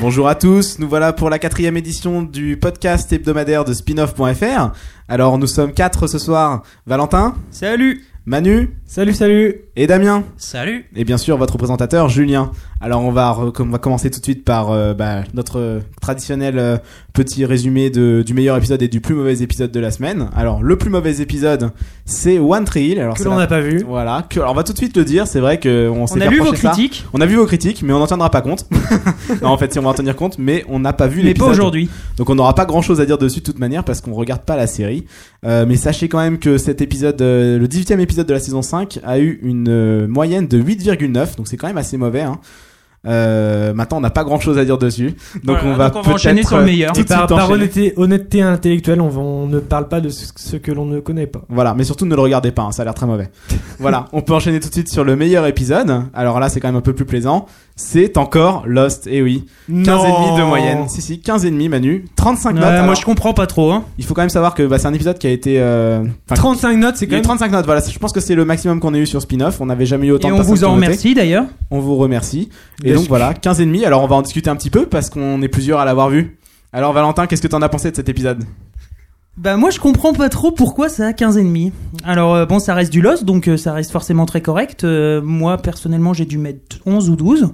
Bonjour à tous, nous voilà pour la quatrième édition du podcast hebdomadaire de spinoff.fr. Alors nous sommes quatre ce soir, Valentin, Salut Manu Salut, salut et Damien, Salut et bien sûr votre présentateur Julien. Alors on va, re- com- on va commencer tout de suite par euh, bah, notre euh, traditionnel euh, petit résumé de- du meilleur épisode et du plus mauvais épisode de la semaine. Alors le plus mauvais épisode c'est One Tree Hill. Alors, Que c'est l'on la- n'a pas vu. Voilà, que, alors on va tout de suite le dire, c'est vrai qu'on s'est On a fait lu vos reprocher ça. critiques, On a vu vos critiques, mais on n'en tiendra pas compte. non, en fait, si on va en tenir compte, mais on n'a pas vu mais pas l'épisode. aujourd'hui. Donc on n'aura pas grand chose à dire dessus de toute manière parce qu'on regarde pas la série. Euh, mais sachez quand même que cet épisode, euh, le 18e épisode de la saison 5 a eu une euh, moyenne de 8,9, donc c'est quand même assez mauvais. Hein. Euh, maintenant on n'a pas grand chose à dire dessus, donc Voilà, on va donc on va peut-être enchaîner sur le euh, meilleur. tout Et de suite par, par enchaîner. honnêteté, honnêteté intellectuelle, on, va- on ne parle pas de ce ce que l'on ne connaît pas. Voilà, mais surtout ne le regardez pas, hein, ça a l'air très mauvais. voilà, on peut enchaîner tout de suite sur le meilleur épisode. Alors là, c'est quand même un peu plus plaisant. C'est encore Lost, et oui. 15 et demi de moyenne. Si, si, 15 et demi, Manu. 35 Ouais, notes. moi alors, je comprends pas trop. Hein. Il faut quand même savoir que bah, c'est un épisode qui a été. euh, enfin, 35 notes, c'est il y quand a eu même 35 notes, voilà, je pense que c'est le maximum qu'on ait eu sur spin-off. On n'avait jamais eu autant Et de on personnes vous qui ont en noté. remercie d'ailleurs. On vous remercie. Et Bien donc sûr. voilà, 15 et demi. Alors on va en discuter un petit peu parce qu'on est plusieurs à l'avoir vu. Alors Valentin, qu'est-ce que t'en as pensé de cet épisode Bah moi je comprends pas trop pourquoi ça a 15 et demi. Alors euh, bon ça reste du loss donc euh, ça reste forcément très correct. Euh, moi personnellement j'ai dû mettre 11 ou Euh, 12.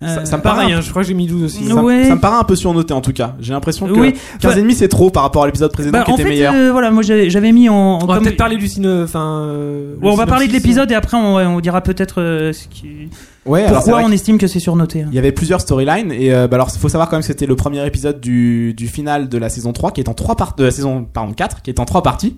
Ça- ça me paraît pareil. hein, je crois que j'ai mis 12 aussi. ça, me- Ouais. ça me paraît un peu surnoté en tout cas. J'ai l'impression que Oui. 15 et demi c'est trop par rapport à l'épisode précédent Bah, qui en était fait meilleur. euh, voilà moi j'avais j'avais mis en... On va comme- peut-être parler du ciné. Enfin, euh, Ouais, on le va parler de synopsis. l'épisode et après on, ouais, on dira peut-être euh, ce qui- Ouais, alors c'est pourquoi vrai on estime que c'est surnoté. hein. Il y avait plusieurs storylines et euh, bah alors faut savoir quand même que c'était le premier épisode du, du final de la saison 3 qui est en trois parties de la saison pardon 4 qui est en trois parties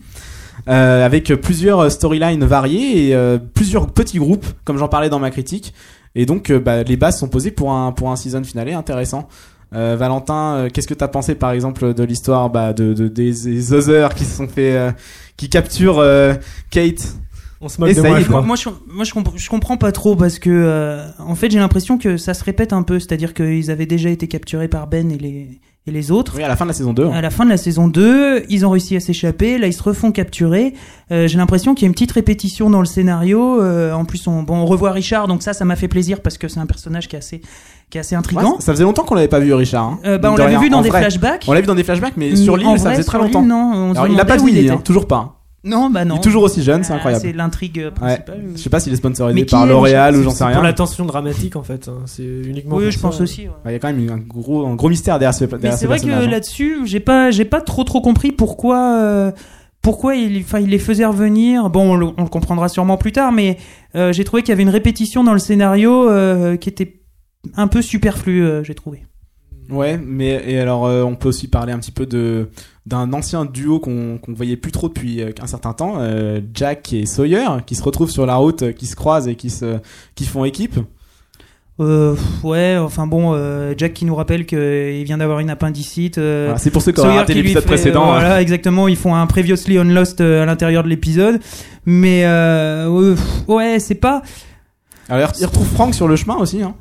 euh, avec plusieurs euh, storylines variées et euh, plusieurs petits groupes comme j'en parlais dans ma critique et donc euh, bah, les bases sont posées pour un pour un season finale intéressant. Euh, Valentin, euh, qu'est-ce que t'as pensé par exemple de l'histoire bah, de, de- des, des others qui se sont fait euh, qui capturent euh, Kate On se moque Et de ça y moi, est, je crois. Moi, je, moi je, comp- je comprends pas trop parce que, euh, en fait, j'ai l'impression que ça se répète un peu. C'est-à-dire qu'ils avaient déjà été capturés par Ben et les, et les autres. Oui, à la fin de la saison 2. hein. À la fin de la saison 2, ils ont réussi à s'échapper. Là, ils se refont capturer. Euh, j'ai l'impression qu'il y a une petite répétition dans le scénario. Euh, en plus, on, bon, on revoit Richard, donc ça, ça m'a fait plaisir parce que c'est un personnage qui est assez, qui est assez intriguant. Ouais, ça faisait longtemps qu'on l'avait pas vu Richard. hein. Euh, bah, Mine on de l'avait rien, vu dans en des vrai. flashbacks. On l'a vu dans des flashbacks, mais sur l'île, En ça vrai, faisait sur très l'île, longtemps. non, on se Alors, il l'a pas demandait où tweeté, était. hein, toujours pas. hein. Non, bah non. Il est toujours aussi jeune, c'est Ah, incroyable. C'est l'intrigue Ouais. principale. Je sais pas s'il est Mais sponsorisé qui par est L'Oréal ou Richard j'en sais Pour rien. la tension dramatique, en fait. hein, C'est uniquement. Oui, pour je ça. pense aussi. ouais. Il y a quand même un gros, un gros mystère derrière ce, derrière Mais ce c'est vrai que personnage, hein. là-dessus, j'ai pas, j'ai pas trop trop compris pourquoi, euh, pourquoi il, enfin, il les faisait revenir. Bon, on le, on le comprendra sûrement plus tard, mais euh, j'ai trouvé qu'il y avait une répétition dans le scénario euh, qui était un peu superflue, euh, j'ai trouvé. Ouais, mais et alors euh, on peut aussi parler un petit peu de d'un ancien duo qu'on qu'on voyait plus trop depuis euh, un certain temps, euh, Jack et Sawyer, qui se retrouvent sur la route, euh, qui se croisent et qui se qui font équipe. Euh, pff, ouais, enfin bon, euh, Jack qui nous rappelle qu'il vient d'avoir une appendicite. euh, Voilà, Ah, c'est pour ceux qui ont Sawyer raté qui lui l'épisode fait- euh, précédent. hein. Voilà, exactement. Ils font un previously on Lost euh, à l'intérieur de l'épisode, mais euh, euh, pff, ouais, c'est pas. Alors ils retrouvent Frank sur le chemin aussi. Hein.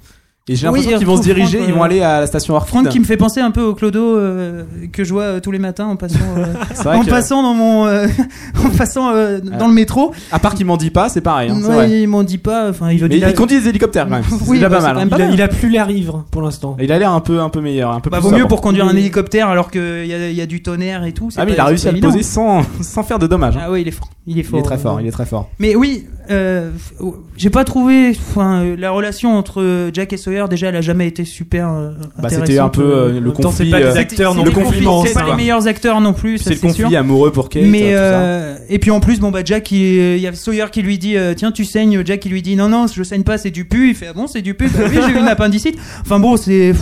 Et j'ai Oui, l'impression ils qu'ils vont se retrouvent diriger, Frank, ils vont euh, aller à la station Orford. Franck qui me fait penser un peu au Clodo euh, que je vois euh, tous les matins en passant, euh, C'est vrai en que- passant dans mon, euh, en passant euh, dans Ah. le métro. À part qu'il m'en dit pas, c'est pareil. Hein, c'est Ouais, vrai. il m'en dit pas. Enfin, il veut Mais dire. il conduit des hélicoptères quand même. C'est Oui, déjà bah, pas c'est mal. quand hein. même pas Il a, mal. il a plus l'air ivre pour l'instant. Il a l'air un peu, un peu meilleur, un peu Bah, plus vaut mieux sobre. pour conduire un hélicoptère alors qu'il y a, il y a du tonnerre et tout. c'est Ah, mais pas- il a c'est réussi pas à le évident. poser sans, sans faire de dommages. hein. Ah ouais, il est fort. Il est Il fort. est très fort, euh, il est très fort. Mais oui, euh, f- j'ai pas trouvé. Enfin, euh, la relation entre Jack et Sawyer déjà, elle a jamais été super. euh, Bah, c'était un intéressante, peu euh, le euh, en même temps, c'est conflit. pas des euh, acteurs c'était- non c'était plus, le conflit, quoi. C'est pas Voilà. les meilleurs acteurs non plus. ça, C'est le conflit sûr. amoureux pour Kate. mais tout ça. euh, et puis en plus bon bah Jack il il y a Sawyer qui lui dit euh, tiens tu saignes Jack qui lui dit non non je saigne pas c'est du pu il fait ah bon c'est du pu bah oui j'ai eu une appendicite enfin bon c'est pff,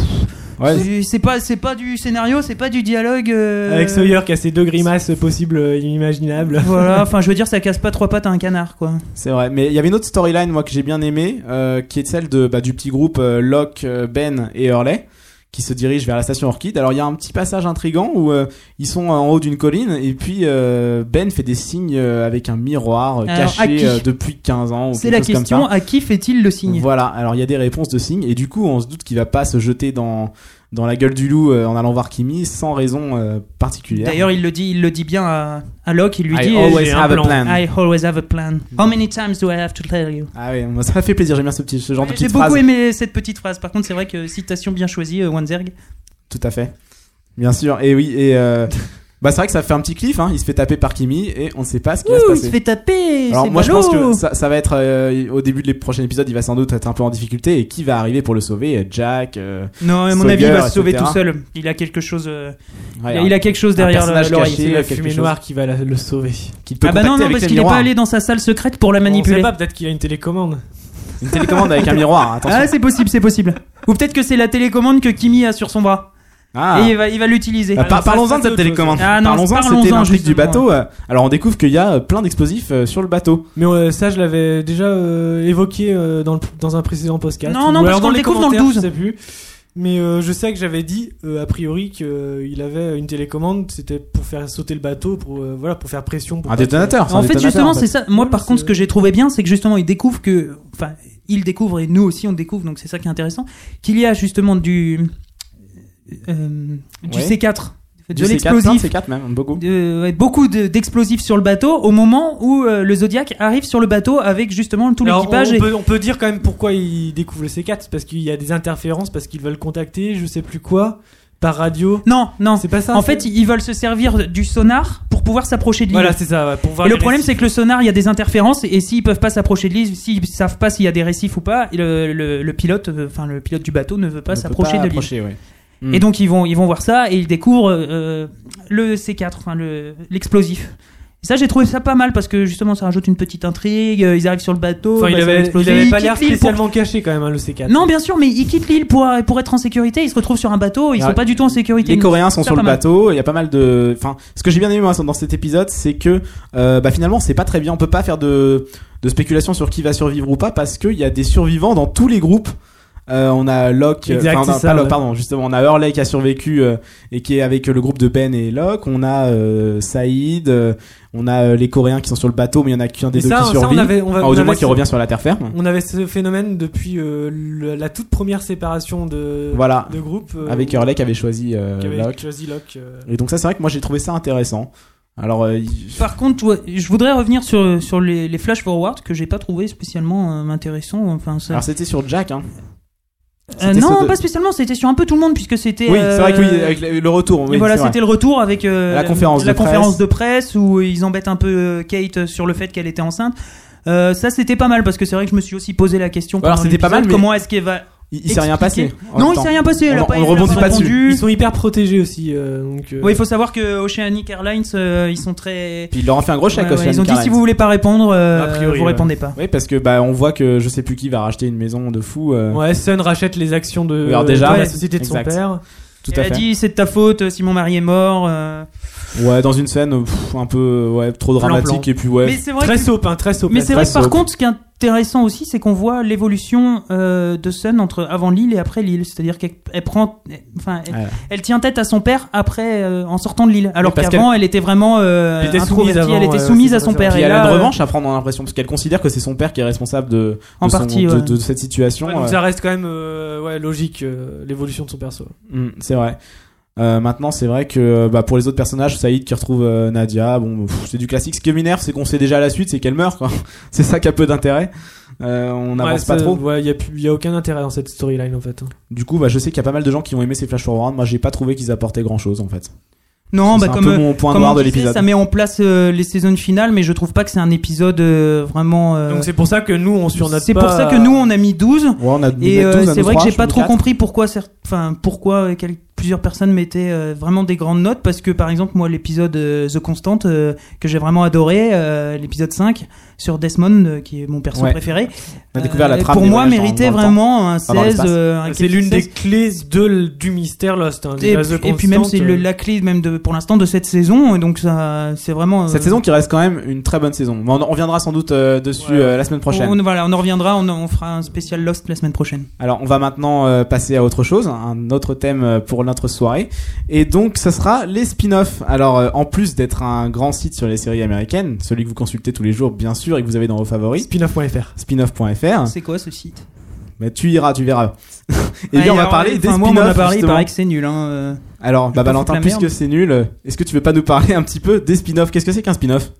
Ouais. c'est- c'est pas c'est pas du scénario c'est pas du dialogue euh, Avec Sawyer qui a ses deux grimaces possibles euh, inimaginables. voilà enfin je veux dire ça casse pas trois pattes à un canard quoi C'est vrai, mais il y avait une autre storyline moi que j'ai bien aimée, euh, qui est celle de bah, du petit groupe euh, Locke, euh, Ben et Hurley, qui se dirigent vers la station Orchid. Alors il y a un petit passage intrigant où euh, ils sont en haut d'une colline et puis euh, Ben fait des signes euh, avec un miroir euh, Alors, à caché qui euh, depuis 15 ans. ou c'est quelque la chose comme question ça. à qui fait-il le signe Voilà, alors il y a des réponses de signes et du coup on se doute qu'il va pas se jeter dans dans la gueule du loup euh, en allant voir Kimi sans raison euh, particulière. D'ailleurs, il le dit, il le dit bien à, à Locke. Il lui I dit euh, always j'ai have a un plan. plan. Mm. I always have a plan. How many times do I have to tell you? Ah oui, moi, ça m'a fait plaisir, j'aime bien ce, petit, ce genre de J'ai petite beaucoup phrase. aimé cette petite phrase. Par contre, c'est vrai que citation bien choisie, euh, Wanzerg. Tout à fait. Bien sûr, et oui, et euh, bah, c'est vrai que ça fait un petit cliff, hein. il se fait taper par Kimi et on ne sait pas ce qui va se Ouh, il passer. se fait taper. Alors c'est moi je pense ballot. que ça, ça va être euh, au début des prochains épisodes, il va sans doute être un peu en difficulté et qui va arriver pour le sauver Jack. euh, Non, à mon Sawyer, avis, il va se etc. sauver tout seul. Il a quelque chose. euh, ouais, hein. il a quelque chose derrière personnage l'oreille. caché. C'est la quelque fumée chose. noire qui va la- le sauver. qu'il peut ah bah non, contacter non, avec parce les qu'il n'est pas miroirs. allé dans sa salle secrète pour la On sait manipuler. pas, peut-être qu'il a une télécommande. Une télécommande avec un miroir, attention. Ah, c'est possible, c'est possible. Ou peut-être que c'est la télécommande que Kimi a sur son bras. Ah. Et il va il va l'utiliser. Euh, par- non, ça, parlons-en ça, de c'est cette autre chose. télécommande. Ah non, parlons-en, parlons-en, c'était l'intrigue du justement. bateau. euh, Alors on découvre qu'il y a euh, plein d'explosifs euh, sur le bateau. Mais euh, ça, je l'avais déjà euh, évoqué euh, dans, le- dans un précédent podcast. Non, non, Ou parce alors qu'on dans le les découvre dans le 12. commentaires, Je sais plus. Mais euh, je sais que j'avais dit euh, a priori qu'il avait une télécommande, c'était pour faire sauter le bateau, pour euh, voilà, pour faire pression. Pour Un pas que- détonateur. c'est un En fait, détonateur, justement, en c'est ça. Moi, Ouais, par c'est- contre, ce que j'ai trouvé bien, c'est que justement, ils découvrent que, enfin, ils découvrent et nous aussi, on découvre. Donc, c'est ça qui est intéressant. Qu'il y a justement du euh, du Ouais. C4, de Du C4, plein de l'explosif, C4 même, beaucoup. de- ouais, beaucoup de- d'explosifs sur le bateau au moment où euh, le Zodiac arrive sur le bateau avec justement tout Alors, l'équipage. on, et- peut, on peut dire quand même pourquoi ils découvrent le C4, c'est parce qu'il y a des interférences, parce qu'ils veulent contacter, je sais plus quoi, par radio. Non, non. C'est pas ça. En c'est- fait, ils veulent se servir du sonar pour pouvoir s'approcher de l'île. voilà, c'est ça. ouais, pour voir Et le les problème, récits. c'est que le sonar, il y a des interférences, et s'ils peuvent pas s'approcher de l'île, s'ils savent pas s'il y a des récifs ou pas, le, le- le pilote, euh, enfin le pilote du bateau ne veut pas On peut s'approcher de l'île. approcher, ouais. Mm. Et donc ils vont, ils vont voir ça et ils découvrent euh, le C4, enfin le- l'explosif. Et ça, j'ai trouvé ça pas mal parce que justement, ça rajoute une petite intrigue. euh, Ils arrivent sur le bateau. Enfin, bah, il ça va avait, il exploser. avait Ils pas quittent l'air l'île pour- spécialement caché quand même, hein, le C4. Non, bien sûr, mais ils quittent l'île pour, pour être en sécurité. Ils se retrouvent sur un bateau. Ils Ah, sont pas du tout en sécurité. Les Coréens sont ça, sur pas le mal. bateau, il y a pas mal de. Enfin, ce que j'ai bien aimé moi, dans cet épisode, c'est que euh, bah, finalement, c'est pas très bien. On peut pas faire de, de spéculation sur qui va survivre ou pas parce qu'il y a des survivants dans tous les groupes. Euh, on a Locke, euh, Exact, enfin, c'est non, ça, pas Locke, ouais. pardon, justement, on a Hurley qui a survécu euh, et qui est avec euh, le groupe de Ben et Locke. On a euh, Saïd, euh, on a euh, les Coréens qui sont sur le bateau, mais il y en a qu'un des Mais deux ça, qui ça, survit. on avait, on, va- Enfin, on au avait Mm. moins qui ce- Ah, revient sur la terre ferme. on avait ce phénomène depuis euh, le- la toute première séparation de, Voilà, de groupe. euh, avec Hurley qui avait choisi euh, qui avait Locke. choisi Locke, euh. Et donc ça, c'est vrai que moi j'ai trouvé ça intéressant. Alors, euh, il- Par contre, ouais, je voudrais revenir sur, sur les, les flash forward que j'ai pas trouvé spécialement euh, intéressants. Enfin, ça- Alors c'était sur Jack, hein. Euh, c'était non, ça de- pas spécialement. C'était sur un peu tout le monde puisque c'était. Oui, euh, c'est vrai que oui, avec le le retour. Et Oui, voilà, c'est vrai. c'était le retour avec euh, La conférence de la presse. conférence de presse où ils embêtent un peu euh, Kate sur le fait qu'elle était enceinte. Euh, ça, c'était pas mal parce que c'est vrai que je me suis aussi posé la question. Alors, pendant c'était pas l'épisode, mal, mais- Comment est-ce qu'elle va Il, il s'est rien passé. en Non, même il temps. s'est rien passé. Elle a On- pas, on elle a rebondit pas pas dessus. répondu. Ils sont hyper protégés aussi. euh, donc, euh, Ouais, il faut savoir que Oceanic Airlines, euh, ils sont très. Puis il leur a fait un gros chèque Ouais, ouais, aussi. ils ont dit Alan si Carlin. vous voulez pas répondre, euh, A priori, vous ouais. répondez pas. Oui, parce que bah on voit que je sais plus qui va racheter une maison de fou. euh, ouais, Sun rachète les actions de, Alors déjà, de la ouais, société de son exact. père. Tout elle à a fait. dit c'est de ta faute si mon mari est mort. euh. Ouais, dans une scène euh, pff, un peu ouais trop Plan, dramatique et puis ouais. Mais c'est vrai Très que soap, hein, très soap. Mais la c'est vrai très que par sobre. contre, ce qui est intéressant aussi, c'est qu'on voit l'évolution euh, de Sun entre avant Lille et après Lille. C'est-à-dire qu'elle elle prend, enfin, elle, Ouais. elle tient tête à son père après euh, en sortant de Lille. Alors Oui, parce qu'avant, elle était vraiment euh, Elle était soumise introvertie, avant, elle ouais, était ouais, soumise c'est à ça, son c'est père. Puis et elle a là, une euh, revanche à prendre, on a l'impression, parce qu'elle considère que c'est son père qui est responsable de, euh, En de son- partie, de, ouais. de- de cette situation. Ouais, donc euh, ça reste quand même euh, ouais, logique euh, l'évolution de son perso. hum, c'est vrai. Euh, maintenant, c'est vrai que bah, pour les autres personnages, Saïd qui retrouve euh, Nadia, bon, pff, c'est du classique. Ce qui m'énerve, c'est qu'on sait déjà la suite, c'est qu'elle meurt. quoi. C'est ça qui a peu d'intérêt. Euh, on Ouais, n'avance ça- pas trop. Ouais, il y a plus- il y a aucun intérêt dans cette storyline en fait. hein. Du coup, bah, je sais qu'il y a pas mal de gens qui ont aimé ces flash forward. Moi, j'ai pas trouvé qu'ils apportaient grand chose en fait. non, c'est bah un comme peu euh, mon point comme noir on de disait, l'épisode. ça met en place euh, les saisons finales, mais je trouve pas que c'est un épisode euh, vraiment. euh, Donc c'est pour ça que nous on surnote c'est pas- pour ça que nous on a mis 12 Ouais, on a on Et a euh, 12, on a c'est vrai 3, que j'ai pas je trop crois, compris pourquoi, certes- enfin pourquoi euh, quel- plusieurs personnes mettaient euh, vraiment des grandes notes parce que par exemple moi l'épisode euh, The Constant euh, que j'ai vraiment adoré, euh, l'épisode 5 sur Desmond euh, qui est mon perso Ouais. préféré, On a découvert la euh, trame pour des moi voyages dans- méritait dans le vraiment un Enfin, dans 16, euh, un C'est 16. l'une des clés de, l- du mystère Lost. hein, et, déjà, The et puis même c'est Constant, le- euh, la clé même de pour l'instant de cette saison et donc ça c'est vraiment euh, Cette saison qui reste quand même une très bonne saison. Mais on, on reviendra sans doute euh, dessus Ouais. euh, la semaine prochaine. on, on- voilà, on en reviendra, on, on fera un spécial Lost la semaine prochaine. Alors, on va maintenant euh, passer à autre chose, un autre thème euh, pour notre soirée. Et donc, ça sera les spin-offs. Alors, euh, en plus d'être un grand site sur les séries américaines, celui que euh, vous consultez tous les jours, bien sûr, et que vous avez dans vos favoris, Ah. spin-off.fr. spinoff.fr. C'est quoi ce site Mais bah, tu iras, tu verras. Et Ouais, Eh bien, on va alors, parler des enfin, moi, on en a spin-offs. parlé, il justement. paraît que c'est nul. Hein. euh. Alors, bah, pas foutre Valentin, la puisque merde. c'est nul, euh, est-ce que tu veux pas nous parler un petit peu des spin-offs Qu'est-ce que c'est qu'un spin-off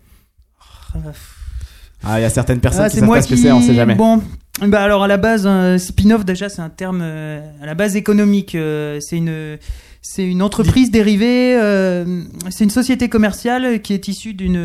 Ah, il y a certaines personnes Ah, qui savent pas ce que c'est, on sait jamais. Bon, bah alors à la base, un spin-off déjà, c'est un terme euh, à la base économique. euh, c'est une c'est une entreprise dérivée. euh, c'est une société commerciale qui est issue d'une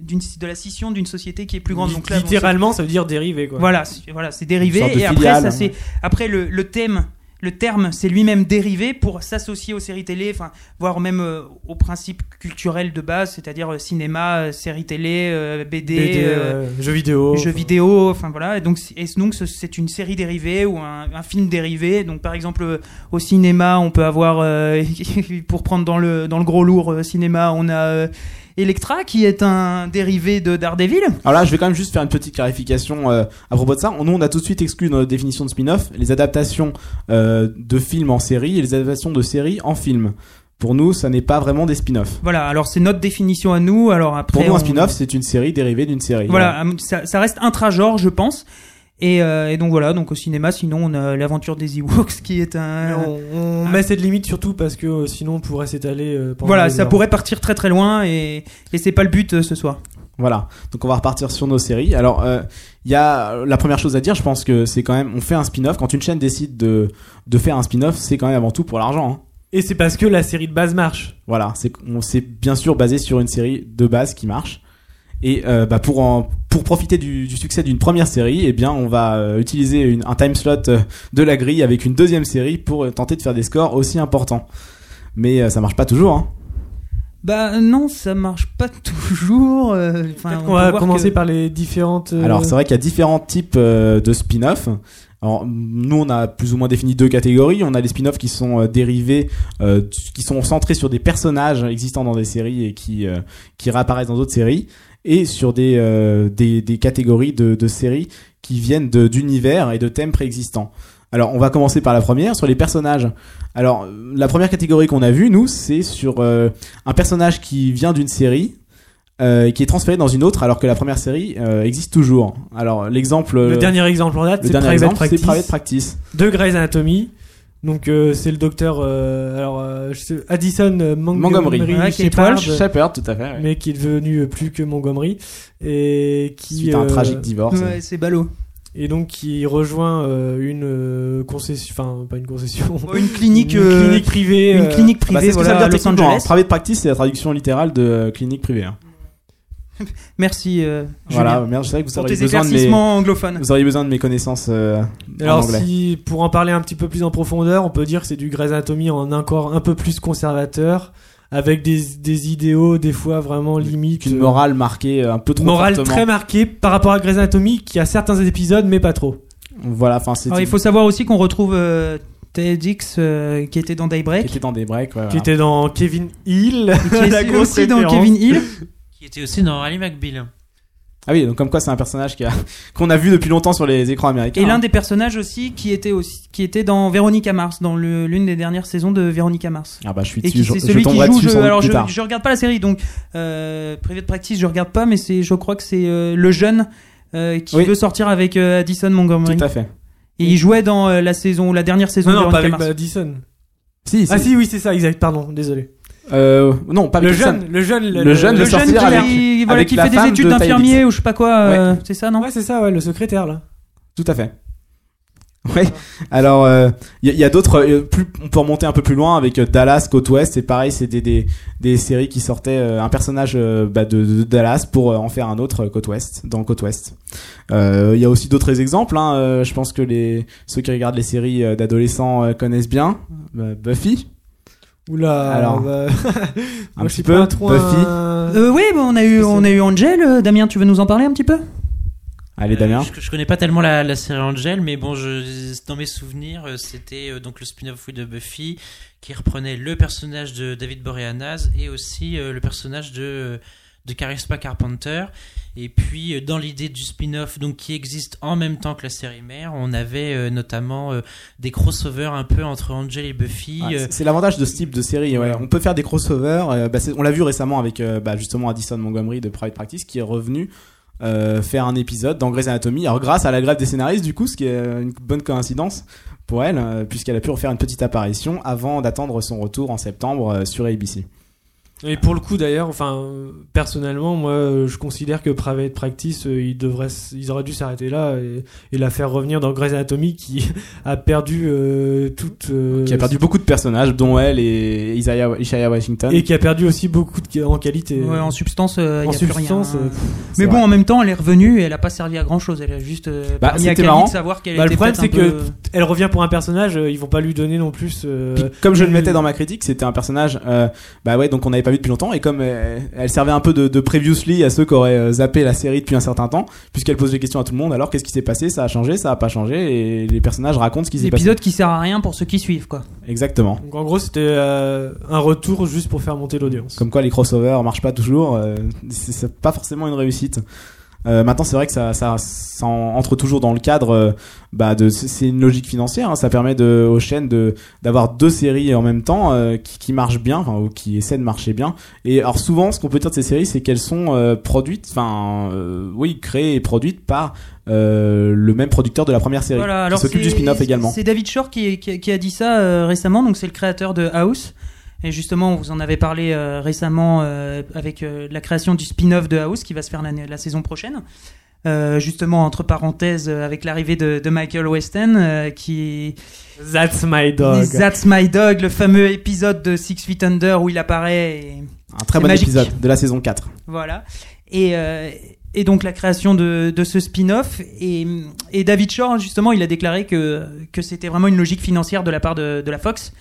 d'une de la scission d'une société qui est plus grande. Donc là, bon, c'est- Littéralement, ça veut dire dérivé, quoi. voilà, c'est- voilà, c'est Une sorte dérivé. de Et après, filiale, ça hein. c'est après le, le thème. Le terme, c'est lui-même dérivé pour s'associer aux séries télé, enfin, voire même euh, aux principes culturels de base, c'est-à-dire euh, cinéma, euh, séries télé, euh, BD, BD, euh, ouais, jeux vidéo. les Oh. jeux enfin. vidéo, enfin voilà. Et donc, c'est- et donc ce- c'est une série dérivée ou un, un film dérivé. Donc, par exemple, euh, au cinéma, on peut avoir, euh, pour prendre dans le, dans le gros lourd euh, cinéma, on a euh, Electra qui est un dérivé de Daredevil. Alors là, je vais quand même juste faire une petite clarification euh, à propos de ça. Nous, on a tout de suite exclu dans notre définition de spin-off les adaptations euh, de films en série et les adaptations de séries en film. Pour nous, ça n'est pas vraiment des spin-offs. Voilà, alors c'est notre définition à nous. Alors après, Pour nous, on- un spin-off, c'est une série dérivée d'une série. Voilà, euh, ça, ça reste intra-genre, je pense. Et, euh, et donc voilà, donc au cinéma, sinon on a l'aventure des Ewoks qui est Mais un. On, on Ah. met cette limite surtout parce que euh, sinon on pourrait s'étaler euh, pendant Voilà, des ça heures. pourrait partir très très loin et, et c'est pas le but euh, ce soir. Voilà. Donc on va repartir sur nos séries. Alors euh, il y a euh, la première chose à dire, je pense que c'est quand même on fait un spin-off quand une chaîne décide de de faire un spin-off, c'est quand même avant tout pour l'argent. hein. Et c'est parce que la série de base marche. Voilà, c'est on s'est bien sûr basé sur une série de base qui marche. Et euh, bah pour en, pour profiter du, du succès d'une première série, eh bien on va euh, utiliser une, un time slot euh, de la grille avec une deuxième série pour euh, tenter de faire des scores aussi importants. Mais euh, ça marche pas toujours. Hein. Bah non, ça marche pas toujours. euh, enfin, Peut-être on qu'on peut va voir commencer que- par les différentes. euh, Alors c'est vrai qu'il y a différents types euh, de spin-off. Alors nous on a plus ou moins défini deux catégories. On a les spin-off qui sont euh, dérivés, euh, du- qui sont centrés sur des personnages existants dans des séries et qui euh, qui réapparaissent dans d'autres séries, et sur des euh, des, des catégories de, de séries qui viennent de- d'univers et de thèmes préexistants. Alors on va commencer par la première sur les personnages. Alors euh, la première catégorie qu'on a vue nous c'est sur euh, un personnage qui vient d'une série euh, qui est transféré dans une autre alors que la première série euh, existe toujours. Alors l'exemple le dernier exemple en date, euh, le c'est dernier Private exemple c'est Practice Private Practice. de Grey's Anatomy. Donc euh, c'est le docteur euh, alors euh, je sais- Addison euh, Montgomery, Montgomery. Ouais, qui est Shepard, Walsh. Shepard tout à fait. ouais. mais qui est devenu euh, plus que Montgomery et qui Suite à un euh, tragique divorce. Ouais, c'est ballot. et donc qui rejoint euh, une euh, concession enfin pas une concession Bon, Une clinique, une euh, clinique privée une euh, clinique Bah, privée c'est ce que voilà, ça veut à dire Los techniquement. hein. Angeles. Private Practice c'est la traduction littérale de euh, clinique privée. hein. Merci. euh, Voilà, Julien, merde, je savais que vous Pour auriez tes besoin de mes éclaircissements anglophones. vous auriez besoin de mes connaissances euh, en Alors, anglais. si, pour en parler un petit peu plus en profondeur, on peut dire que c'est du Grey's Anatomy en un corps un peu plus conservateur, avec des, des idéaux, des fois vraiment limites. Une euh, morale marquée euh, un peu trop morale fortement. très marquée par rapport à Grey's Anatomy, qui a certains épisodes, mais pas trop. Voilà, enfin c'était Alors, Ah, il faut savoir aussi qu'on retrouve euh, Ted X euh, qui était dans qui Daybreak, était dans des breaks ouais, Qui voilà. était dans Kevin Hill, qui la est grosse aussi dans référence. Kevin Hill. Qui était aussi dans Rally McBeal. Ah oui, donc comme quoi c'est un personnage qui a- qu'on a vu depuis longtemps sur les écrans américains. Et Ah. l'un hein. des personnages aussi qui était aussi qui était dans Véronica Mars, dans le- l'une des dernières saisons de Véronica Mars. Ah bah je suis Et dessus, qui je, c'est je celui qui tomberai joue. dessus je, sans doute alors plus je, tard. je regarde pas la série, donc euh, Private Practice, je regarde pas, mais c'est, je crois que c'est euh, le jeune euh, qui Oui. veut sortir avec euh, Addison Montgomery. Tout à fait. Et il jouait dans euh, la saison, la dernière saison Non, de non, pas Veronica avec euh, Mars. Madison. Si, Ah si, oui, c'est ça, exact, pardon, désolé. Euh, non, pas le, Mickelson. jeune, le jeune, Le jeune, de Le jeune qui, sortir avec- voilà, avec qui la fait des femme études de d'infirmier ou je sais pas quoi, euh, c'est ça, non Ouais, c'est ça, ouais, le secrétaire, là. Tout à fait. Ouais. Alors, il y, a- y a d'autres. euh, plus, on peut remonter un peu plus loin avec euh, Dallas, côte ouest. C'est pareil, c'est des, des, des séries qui sortaient euh, un personnage euh, bah, de, de Dallas pour euh, en faire un autre euh, côte ouest, dans côte ouest. Il y a aussi d'autres exemples. hein, euh, je pense que les ceux qui regardent les séries euh, d'adolescents euh, connaissent bien Euh, Buffy, Oula, Alors, un bah, moi, je petit suis peu. pas trop Buffy. un- Euh, oui, bon, on a eu, on a eu Angel. euh, Damien, tu veux nous en parler un petit peu Allez Damien. Euh, je, je connais pas tellement la, la série Angel, mais bon, je, dans mes souvenirs, euh, c'était euh, donc le spin-off oui, de Buffy qui reprenait le personnage de David Boreanaz et aussi euh, le personnage de, de Charisma Carpenter. Et puis, euh, dans l'idée du spin-off, donc qui existe en même temps que la série mère, on avait euh, notamment euh, des crossovers un peu entre Angel et Buffy. Ouais, euh, c'est- c'est l'avantage de ce type de série. ouais. On peut faire des crossovers. euh, bah, c'est- on l'a vu récemment avec euh, bah, justement Addison Montgomery de Private Practice qui est revenu euh, faire un épisode dans Grey's Anatomy. Alors grâce à la grève des scénaristes, du coup, ce qui est euh, une bonne coïncidence pour elle, euh, puisqu'elle a pu refaire une petite apparition avant d'attendre son retour en septembre euh, sur ABC. Et pour le coup d'ailleurs, enfin euh, personnellement, moi euh, je considère que Private Practice, euh, ils devraient, s- ils auraient dû s'arrêter là et, et la faire revenir dans Grey's Anatomy qui a perdu euh, toute, euh, Qui a perdu beaucoup de personnages, dont elle et Isaiah, Isaiah Washington. et qui a perdu aussi beaucoup de, en qualité. Ouais, en substance, euh, y En a plus substance, rien. euh, C'est Mais bon, vrai. en même temps, elle est revenue et elle a pas servi à grand chose. Elle a juste euh, Bah, permis à c'était Camille marrant. de savoir qu'elle Bah, le était problème, peut-être c'est un que- peu- Elle revient pour un personnage, euh, ils vont pas lui donner non plus. euh, Puis, comme je le euh, mettais dans ma critique, c'était un personnage, euh, bah ouais, donc on n'avait pas vu depuis longtemps, et comme euh, elle servait un peu de, de previously à ceux qui auraient euh, zappé la série depuis un certain temps, puisqu'elle pose des questions à tout le monde, alors qu'est-ce qui s'est passé, ça a changé, ça a pas changé, et les personnages racontent ce qui s'est passé. L'épisode qui sert à rien pour ceux qui suivent, quoi. Exactement. donc en gros, c'était euh, un retour juste pour faire monter l'audience. Comme quoi les crossovers marchent pas toujours, euh, c'est c'est pas forcément une réussite. Euh, maintenant, c'est vrai que ça, ça, ça en- entre toujours dans le cadre. euh, bah, de, c'est- c'est une logique financière. hein. ça permet de, aux chaînes de d'avoir deux séries en même temps euh, qui, qui marchent bien, enfin, ou qui essaient de marcher bien. Et alors souvent, ce qu'on peut dire de ces séries, c'est qu'elles sont euh, produites, enfin, euh, oui, créées et produites par euh, le même producteur de la première série. Voilà, qui alors s'occupe du c'est- spin-off également. C'est David Shore qui, qui- qui a dit ça euh, récemment, donc c'est le créateur de House. Et justement, on vous en avez parlé euh, récemment euh, avec euh, la création du spin-off de House qui va se faire l'année- la saison prochaine. Euh, justement, entre parenthèses, euh, avec l'arrivée de, de Michael Weston, euh, qui That's my dog. That's My Dog, le fameux épisode de Six Feet Under où il apparaît. et- Un très c'est bon magique. épisode de la saison 4. voilà. Et, euh, et donc la création de, de ce spin-off. Et, et David Shore, hein, justement, il a déclaré que, que c'était vraiment une logique financière de la part de, de la Fox.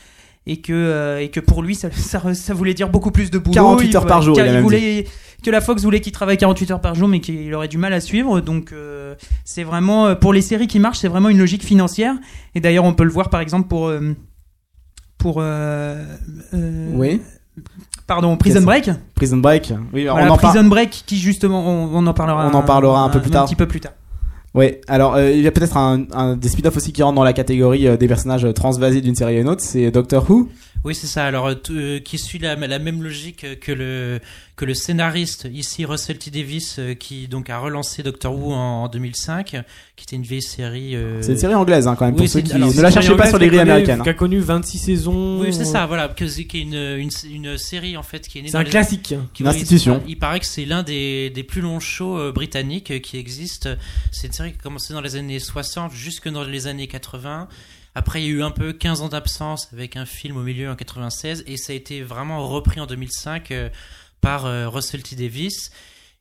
Et que, euh, et que pour lui, ça, ça, re- ça voulait dire beaucoup plus de boulot. 48 Il- heures par jour, car il a même voulait, Que la Fox voulait qu'il travaille 48 heures par jour, mais qu'il aurait du mal à suivre. Donc, euh, c'est vraiment, euh, pour les séries qui marchent, c'est vraiment une logique financière. Et d'ailleurs, on peut le voir, par exemple, pour. euh, pour. euh, euh, Oui. Pardon, Prison Qu'est-ce- Break. Prison Break. Oui, Voilà, Euh, on en parle. Prison Break qui justement on, on en parlera On en parlera un peu plus tard. petit peu plus tard. Ouais, alors euh, il y a peut-être un, un des spin-offs aussi qui rentrent dans la catégorie euh, des personnages euh, transvasés d'une série à une autre, c'est euh, Doctor Who. Oui, c'est ça. Alors, euh, tout- euh, qui suit la, la même logique euh, que le, que le scénariste, ici Russell T. Davis, euh, qui donc a relancé Doctor Who en, en 2005, qui était une vieille série. euh, C'est une série anglaise hein, quand même, oui, pour c'est ceux une- qui alors, c'est ne la une cherchez pas sur les grilles américaines. hein. Qui a connu 26 saisons. Oui, c'est ça, voilà, que- qui est une, une, une série en fait qui est née C'est dans un les- classique. qui- Une institution. Il paraît que c'est l'un des, des plus longs shows euh, britanniques euh, qui existent. C'est une série qui a commencé dans les années 60 jusque dans les années 80. Après, il y a eu un peu 15 ans d'absence avec un film au milieu en 96 et ça a été vraiment repris en 2005 euh, par euh, Russell T. Davis.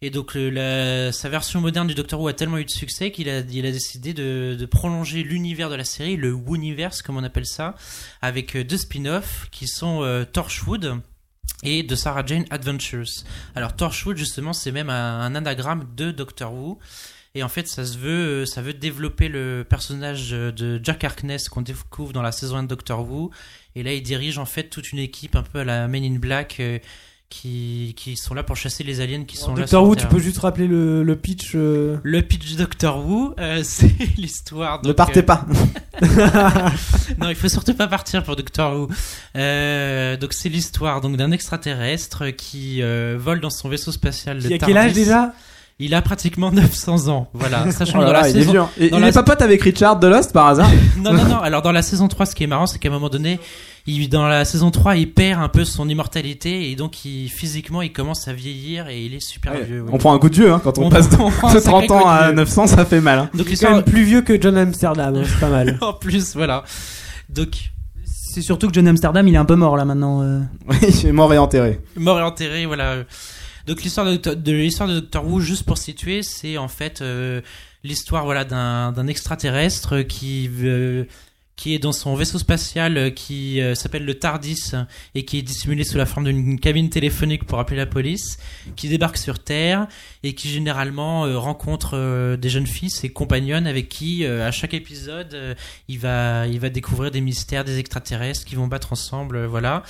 Et donc le- la- sa version moderne du Doctor Who a tellement eu de succès qu'il a, il a décidé de, de prolonger l'univers de la série, le Wooniverse comme on appelle ça, avec euh, deux spin-offs qui sont euh, Torchwood et de Sarah Jane Adventures. Alors Torchwood justement c'est même un, un anagramme de Doctor Who. Et en fait, ça se veut, euh, ça veut développer le personnage euh, de Jack Harkness qu'on découvre dans la saison 1 de Doctor Who. Et là, il dirige en fait toute une équipe un peu à la Men in Black euh, qui, qui sont là pour chasser les aliens qui sont là. Doctor sur Who, tu Terre. peux juste rappeler le, le pitch. euh, Le pitch de Doctor Who, euh, c'est l'histoire. Ne donc, partez euh, pas. non, il faut surtout pas partir pour Doctor Who. Euh, donc c'est l'histoire donc d'un extraterrestre qui euh, vole dans son vaisseau spatial. Le Qui a quel âge TARDIS. déjà Il a pratiquement 900 ans. Voilà, sachant Oh là que dans là, la il est saison. dur. Et dans il la- est pas pote avec Richard de Lost par hasard Non, non, non. Alors dans la saison 3, ce qui est marrant, c'est qu'à un moment donné, il, dans la saison 3, il perd un peu son immortalité et donc il, physiquement, il commence à vieillir et il est super Ouais, Ah, vieux. oui. On prend un coup de vieux hein, quand on, On- passe on prend un de sacré 30 ans coup de à vieux. 900, ça fait mal. hein. Donc C'est quand l'histoire. même plus vieux que John Amsterdam, hein, c'est pas mal. En plus, voilà. Donc C'est surtout que John Amsterdam, il est un peu mort là maintenant. euh. Oui, il est mort et enterré. mort et enterré, voilà. Donc l'histoire de, de l'histoire de Doctor Who, juste pour situer, c'est en fait euh, l'histoire voilà d'un d'un extraterrestre qui euh, qui est dans son vaisseau spatial euh, qui euh, s'appelle le Tardis et qui est dissimulé sous la forme d'une cabine téléphonique pour appeler la police, qui débarque sur Terre et qui généralement euh, rencontre euh, des jeunes filles, ses compagnonnes avec qui euh, à chaque épisode euh, il va il va découvrir des mystères des extraterrestres qui vont battre ensemble, euh, voilà.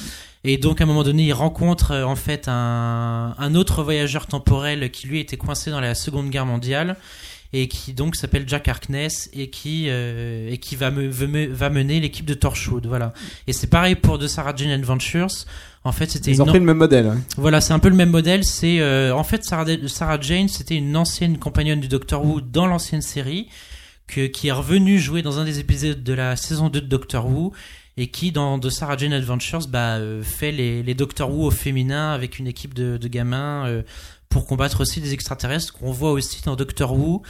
Et donc, à un moment donné, il rencontre euh, en fait un, un autre voyageur temporel qui lui était coincé dans la Seconde Guerre mondiale et qui donc s'appelle Jack Harkness et qui euh, et qui va me, veut me- va mener l'équipe de Torchwood. Voilà. Et c'est pareil pour The Sarah Jane Adventures. En fait, c'était Ils une ont pris le même modèle. hein. voilà, c'est un peu le même modèle. C'est euh, en fait Sarah, Sarah Jane, c'était une ancienne compagnonne du Doctor Who dans l'ancienne série, que, qui est revenue jouer dans un des épisodes de la saison 2 de Doctor Who et qui dans de Sarah Jane Adventures bah, euh, fait les, les Doctor Who au féminin avec une équipe de, de gamins euh, pour combattre aussi des extraterrestres qu'on voit aussi dans Doctor Who.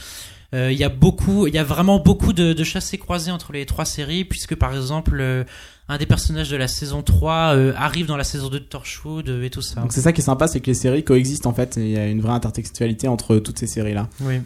Euh, Il y a beaucoup, il y a vraiment beaucoup de, de chassés croisés entre les trois séries puisque par exemple euh, un des personnages de la saison 3 euh, arrive dans la saison 2 de Torchwood euh, et tout ça. Donc c'est ça qui est sympa, c'est que les séries coexistent en fait. et Il y a une vraie intertextualité entre toutes ces séries là. Oui.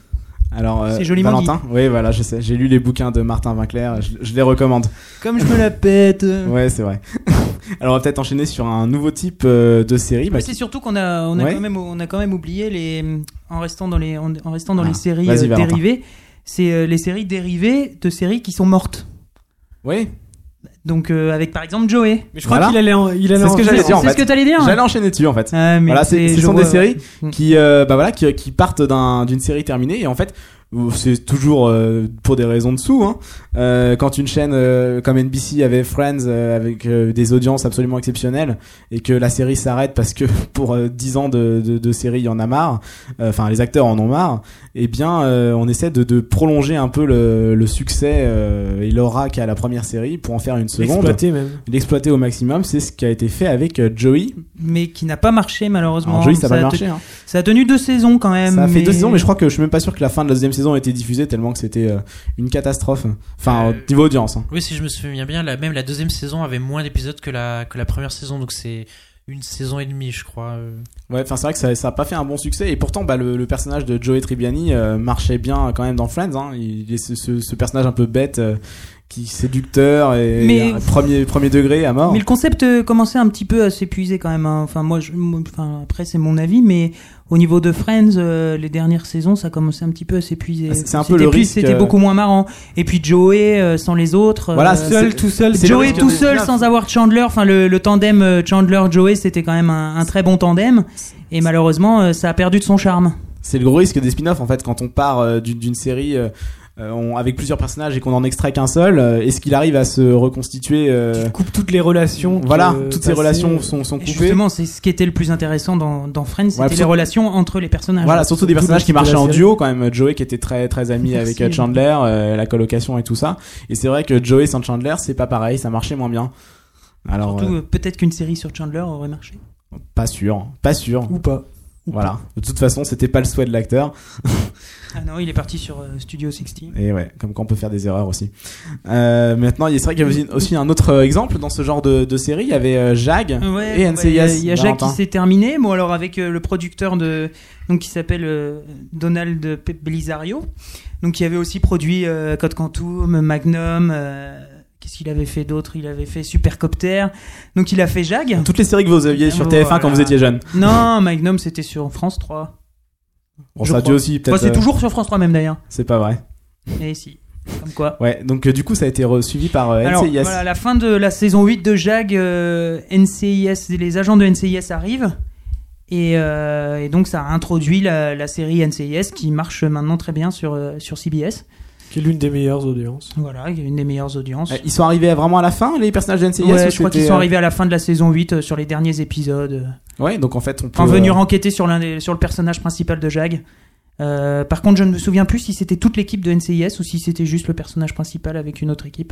Alors euh, C'est joliment Valentin, oui voilà, je sais, j'ai lu les bouquins de Martin Winkler, je, je les recommande. Comme je me la pète. Ouais, c'est vrai. Alors on va peut-être enchaîner sur un nouveau type euh, de série. Bah, Mais c'est surtout qu'on a, on a Ouais. quand même, on a quand même oublié les, en restant dans les, en, en restant dans Ah, les séries vas-y, euh, Valentin. dérivées, c'est euh, les séries dérivées de séries qui sont mortes. Oui, Donc euh, avec par exemple Joey. Mais je crois Voilà. qu'il allait en, il allait C'est ce en que venir. j'allais dire, en C'est ce fait. que t'allais dire. j'allais enchaîner dessus en fait. Ah, mais Voilà, c'est- c'est- ce je sont des vois- séries Mm. qui euh, bah voilà qui, qui partent d'un- d'une série terminée et en fait c'est toujours euh, pour des raisons de sous hein. Euh, quand une chaîne euh, comme NBC avait Friends euh, avec euh, des audiences absolument exceptionnelles et que la série s'arrête parce que pour euh, 10 ans de, de, de série il y en a marre euh, enfin les acteurs en ont marre eh bien euh, on essaie de, de prolonger un peu le, le succès euh, et l'aura qu'a la première série pour en faire une seconde Exploité même. l'exploiter au maximum c'est ce qui a été fait avec euh, Joey mais qui n'a pas marché malheureusement. alors Joey ça a pas a marché te- hein. ça a tenu deux saisons quand même. Ça a fait deux saisons, mais je crois que je suis même pas sûr que la fin de la deuxième saison ait été diffusée tellement que c'était euh, une catastrophe. Enfin, Euh, au niveau audience. hein. Oui, si je me souviens bien, la, même la deuxième saison avait moins d'épisodes que la, que la première saison, donc c'est une saison et demie, je crois. euh. Ouais, enfin, c'est vrai que ça, ça a pas fait un bon succès. Et pourtant, bah, le, le personnage de Joey Tribbiani euh, marchait bien quand même dans Friends. Hein. Il est ce, ce- ce personnage un peu bête, euh, qui séducteur et Mais- euh, premier premier degré à mort. Mais le concept euh, commençait un petit peu à s'épuiser quand même. hein. Enfin, moi, je, moi, enfin, après, c'est mon avis, mais au niveau de Friends, euh, les dernières saisons, ça commençait un petit peu à s'épuiser. Ah, c'est- c'est un peu C'était le plus- risque, C'était euh, beaucoup moins marrant. Et puis Joey, euh, sans les autres. Voilà, euh, seul, tout seul. c'est le Joey risque tout de- seul là, sans avoir Chandler. Enfin, le, le tandem euh, Chandler-Joey, c'était quand même un, un très bon tandem. Et malheureusement, euh, ça a perdu de son charme. C'est le gros risque des spin-offs en fait quand on part euh, d'une d'une série. euh, euh, on- avec plusieurs personnages et qu'on en extrait qu'un seul, euh, est-ce qu'il arrive à se reconstituer euh, Tu coupes toutes les relations. euh, Voilà, que- toutes ces passées. relations sont, sont euh, Et coupées. justement, c'est ce qui était le plus intéressant dans, dans Friends, c'était Ouais, les surtout- relations entre les personnages. Voilà, surtout des Surtout personnages qui le marchaient style de la en série. duo quand même. Joey qui était très très ami avec Merci. euh, Chandler, euh, la colocation et tout ça. Et c'est vrai que Joey sans Chandler, c'est pas pareil, ça marchait moins bien. Alors Surtout, euh, euh, peut-être qu'une série sur Chandler aurait marché. pas sûr, pas sûr. Ou pas. Voilà. De toute façon, c'était pas le souhait de l'acteur. Ah non, il est parti sur euh, Studio 60. Et ouais, comme quoi on peut faire des erreurs aussi. Euh, maintenant, il c'est vrai qu'il y avait aussi- aussi un autre euh, exemple dans ce genre de, de série. Il y avait euh, Jag Ouais, et bon, bah, NCIS. il y a- il y a Jacques Valentin. qui s'est terminé. Bon, alors avec euh, le producteur de, donc qui s'appelle euh, Donald Pe- Belisario, donc qui avait aussi produit euh, Code Quantum, Magnum. euh, Qu'est-ce qu'il avait fait d'autre Il avait fait Supercopter. Donc il a fait Jag. Toutes les séries que vous aviez sur TF1 quand Voilà. vous étiez jeune. Non, Magnum c'était sur France 3. Bon, Je ça a dû crois. aussi Enfin, peut-être. c'est euh, toujours sur France 3 même d'ailleurs. c'est pas vrai. Et si, comme quoi. Ouais. Donc euh, du coup, ça a été re- suivi par euh, Alors, NCIS. voilà, la fin de la saison 8 de JAG, euh, NCIS, les agents de NCIS arrivent. Et, euh, et donc, ça a introduit la, la série NCIS qui marche maintenant très bien sur, euh, sur CBS. Qui est l'une des meilleures audiences. Voilà, qui est une des meilleures audiences. Euh, Ils sont arrivés vraiment à la fin, les personnages de NCIS Ouais, ou je crois c'était, qu'ils sont euh, arrivés à la fin de la saison 8 euh, sur les derniers épisodes. Ouais, donc en fait, on peut. Enfin, venir euh, enquêter sur, l'un des- sur le personnage principal de JAG. Euh, par contre, je ne me souviens plus si c'était toute l'équipe de NCIS ou si c'était juste le personnage principal avec une autre équipe.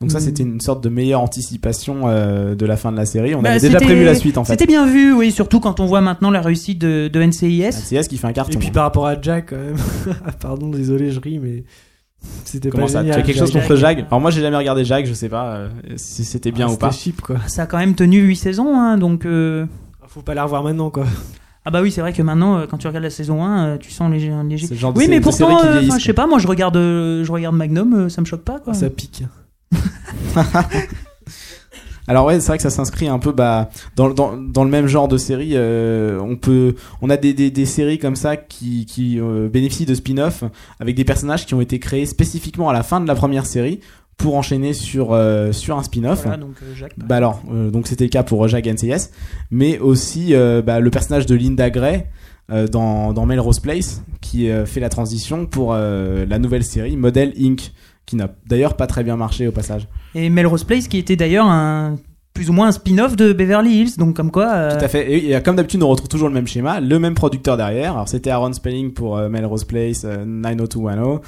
Donc ça, Hmm. c'était une sorte de meilleure anticipation euh, de la fin de la série. On Bah, avait déjà c'était- prévu la suite en fait. C'était bien vu, oui, surtout quand on voit maintenant la réussite de, de NCIS. NCIS qui fait un Et carton. bah, puis par rapport à Jack, quand même. Ah, Pardon, désolé, je ris, mais c'était Comment pas bah, ça génial. Tu as quelque chose Jack. contre Jacques Alors moi, j'ai jamais regardé Jacques. Je sais pas euh, si c'était bien Ah, ou pas. C'était cheap, quoi. Ah, Ça a quand même tenu 8 saisons, hein, donc. euh, Faut pas la revoir maintenant, quoi. Ah bah oui, c'est vrai que maintenant, euh, quand tu regardes la saison 1, euh, tu sens léger. un léger... C'est le genre de Oui, sé- mais de série pourtant, qui euh, vieillissent, Ah, enfin, je sais pas, moi je regarde, euh, je regarde Magnum, euh, ça me choque pas quoi. Ça pique. Alors ouais, c'est vrai que ça s'inscrit un peu bah, dans, dans, dans le même genre de série. euh, on peut, on a des, des, des séries comme ça qui, qui euh, bénéficient de spin-off avec des personnages qui ont été créés spécifiquement à la fin de la première série pour enchaîner sur euh, sur un spin-off. Voilà, donc euh, Jacques. Bah alors, euh, donc c'était le cas pour Jacques NCIS, mais aussi euh, bah, le personnage de Linda Gray euh, dans, dans Melrose Place qui euh, fait la transition pour euh, la nouvelle série Model Inc. qui n'a d'ailleurs pas très bien marché au passage. Et Melrose Place, qui était d'ailleurs un plus ou moins un spin-off de Beverly Hills, donc comme quoi. euh, Tout à fait. Et, et comme d'habitude, on retrouve toujours le même schéma, le même producteur derrière. Alors c'était Aaron Spelling pour euh, Melrose Place, euh, 90210.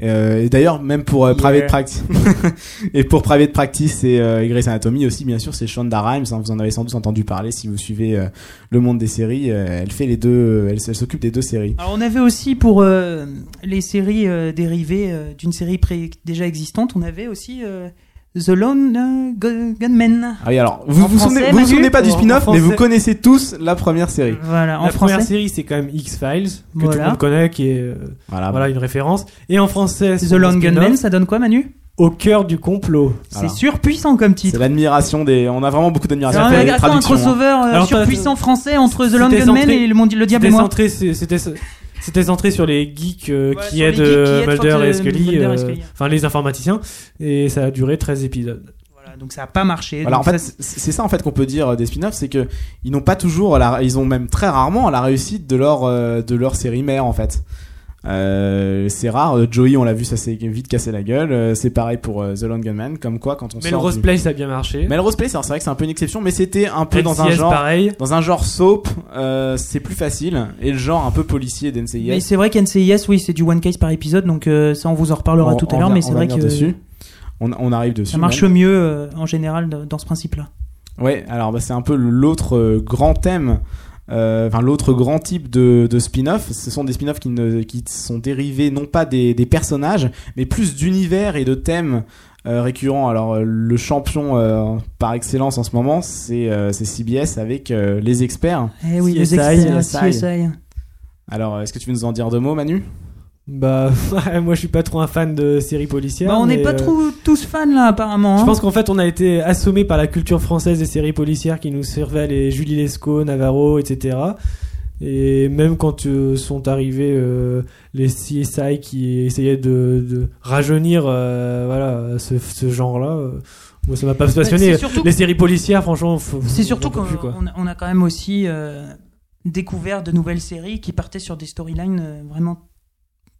Euh, et d'ailleurs, même pour euh, Private Yeah. Practice et pour Private Practice et euh, et Grey's Anatomy aussi, bien sûr, c'est Shonda Rhimes. hein. vous en avez sans doute entendu parler si vous suivez euh, le monde des séries. euh, elle fait les deux, elle, s- elle s'occupe des deux séries. Alors on avait aussi pour euh, les séries euh, dérivées euh, d'une série pré- déjà existante, on avait aussi euh, The Lone euh, Gu- Gunman. Ah oui, alors vous En vous souvenez, français, vous, vous Manu souvenez pas du En- en spin-off, mais vous français. connaissez tous la première série. Voilà, Ah, en la français. première série, c'est quand même X-Files, que tout Voilà. le monde connaît, qui est euh, Voilà. voilà, une référence. Et en français, The son Lone spin-off, Gunman, ça donne quoi Manu Au cœur du complot. Voilà. C'est surpuissant comme C'est titre. l'admiration des. On a vraiment beaucoup d'admiration. Alors, pour les regarde, attends, un traductions, hein. crossover euh, Alors, surpuissant français entre The c'était Lone Gunman centré- et le, Monde- le Diable et C'était moi. centré, c'est- c'était c'était centré sur les geeks euh, Voilà, qui sur les aident geeks qui euh, aident quand, Mulder euh, et Scully, Mulder et euh, Scully. enfin les informaticiens, et ça a duré 13 épisodes. Voilà, donc ça a pas marché. Voilà, en donc fait, ça, c'est c'est ça en fait qu'on peut dire euh, des spin-offs, c'est que ils n'ont pas toujours, la, ils ont même très rarement la réussite de leur euh, de leur série mère en fait. Euh, c'est rare. euh, Joey, on l'a vu, ça s'est vite cassé la gueule. euh, c'est pareil pour euh, The Lone Gunman. Comme quoi, quand on Mais le sort Rose du- Place a bien marché. Melrose Place, alors c'est vrai que c'est un peu une exception, mais c'était un peu dans un NCIS, genre, pareil. dans un genre soap, euh, c'est plus facile et le genre un peu policier d'NCIS. Mais c'est vrai qu'NCIS, oui, c'est du one case par épisode, donc euh, ça on vous en reparlera On- tout à on l'heure, vient- mais on c'est va vrai que venir dessus. On, on arrive dessus. ça marche même. mieux euh, en général dans dans ce principe-là. Ouais, alors bah, c'est un peu l'autre euh, grand thème, euh, enfin l'autre grand type de, de spin-off. Ce sont des spin-offs qui, ne- qui sont dérivés non pas des, des personnages, mais plus d'univers et de thèmes euh, récurrents. Alors euh, le champion euh, par excellence en ce moment, c'est euh, c'est CBS avec euh, les experts. Eh oui, les CSI, experts, CSI. CSI. Alors euh, est-ce que tu veux nous en dire deux mots, Manu Bah, moi je suis pas trop un fan de séries policières. Bah, on n'est mais, pas euh, trop tous fans là apparemment. Je hein. pense qu'en fait, on a été assommé par la culture française des séries policières qui nous servaient les Julie Lescaut, Navarro, etc. Et même quand euh, sont arrivés euh, les CSI qui essayaient de, de rajeunir euh, voilà, ce, ce genre-là, euh, moi ça m'a pas passionné. C'est surtout Les séries policières, franchement, faut- C'est surtout j'en peux qu'on plus, quoi. on a- on a quand même aussi euh, découvert de nouvelles séries qui partaient sur des storylines euh, vraiment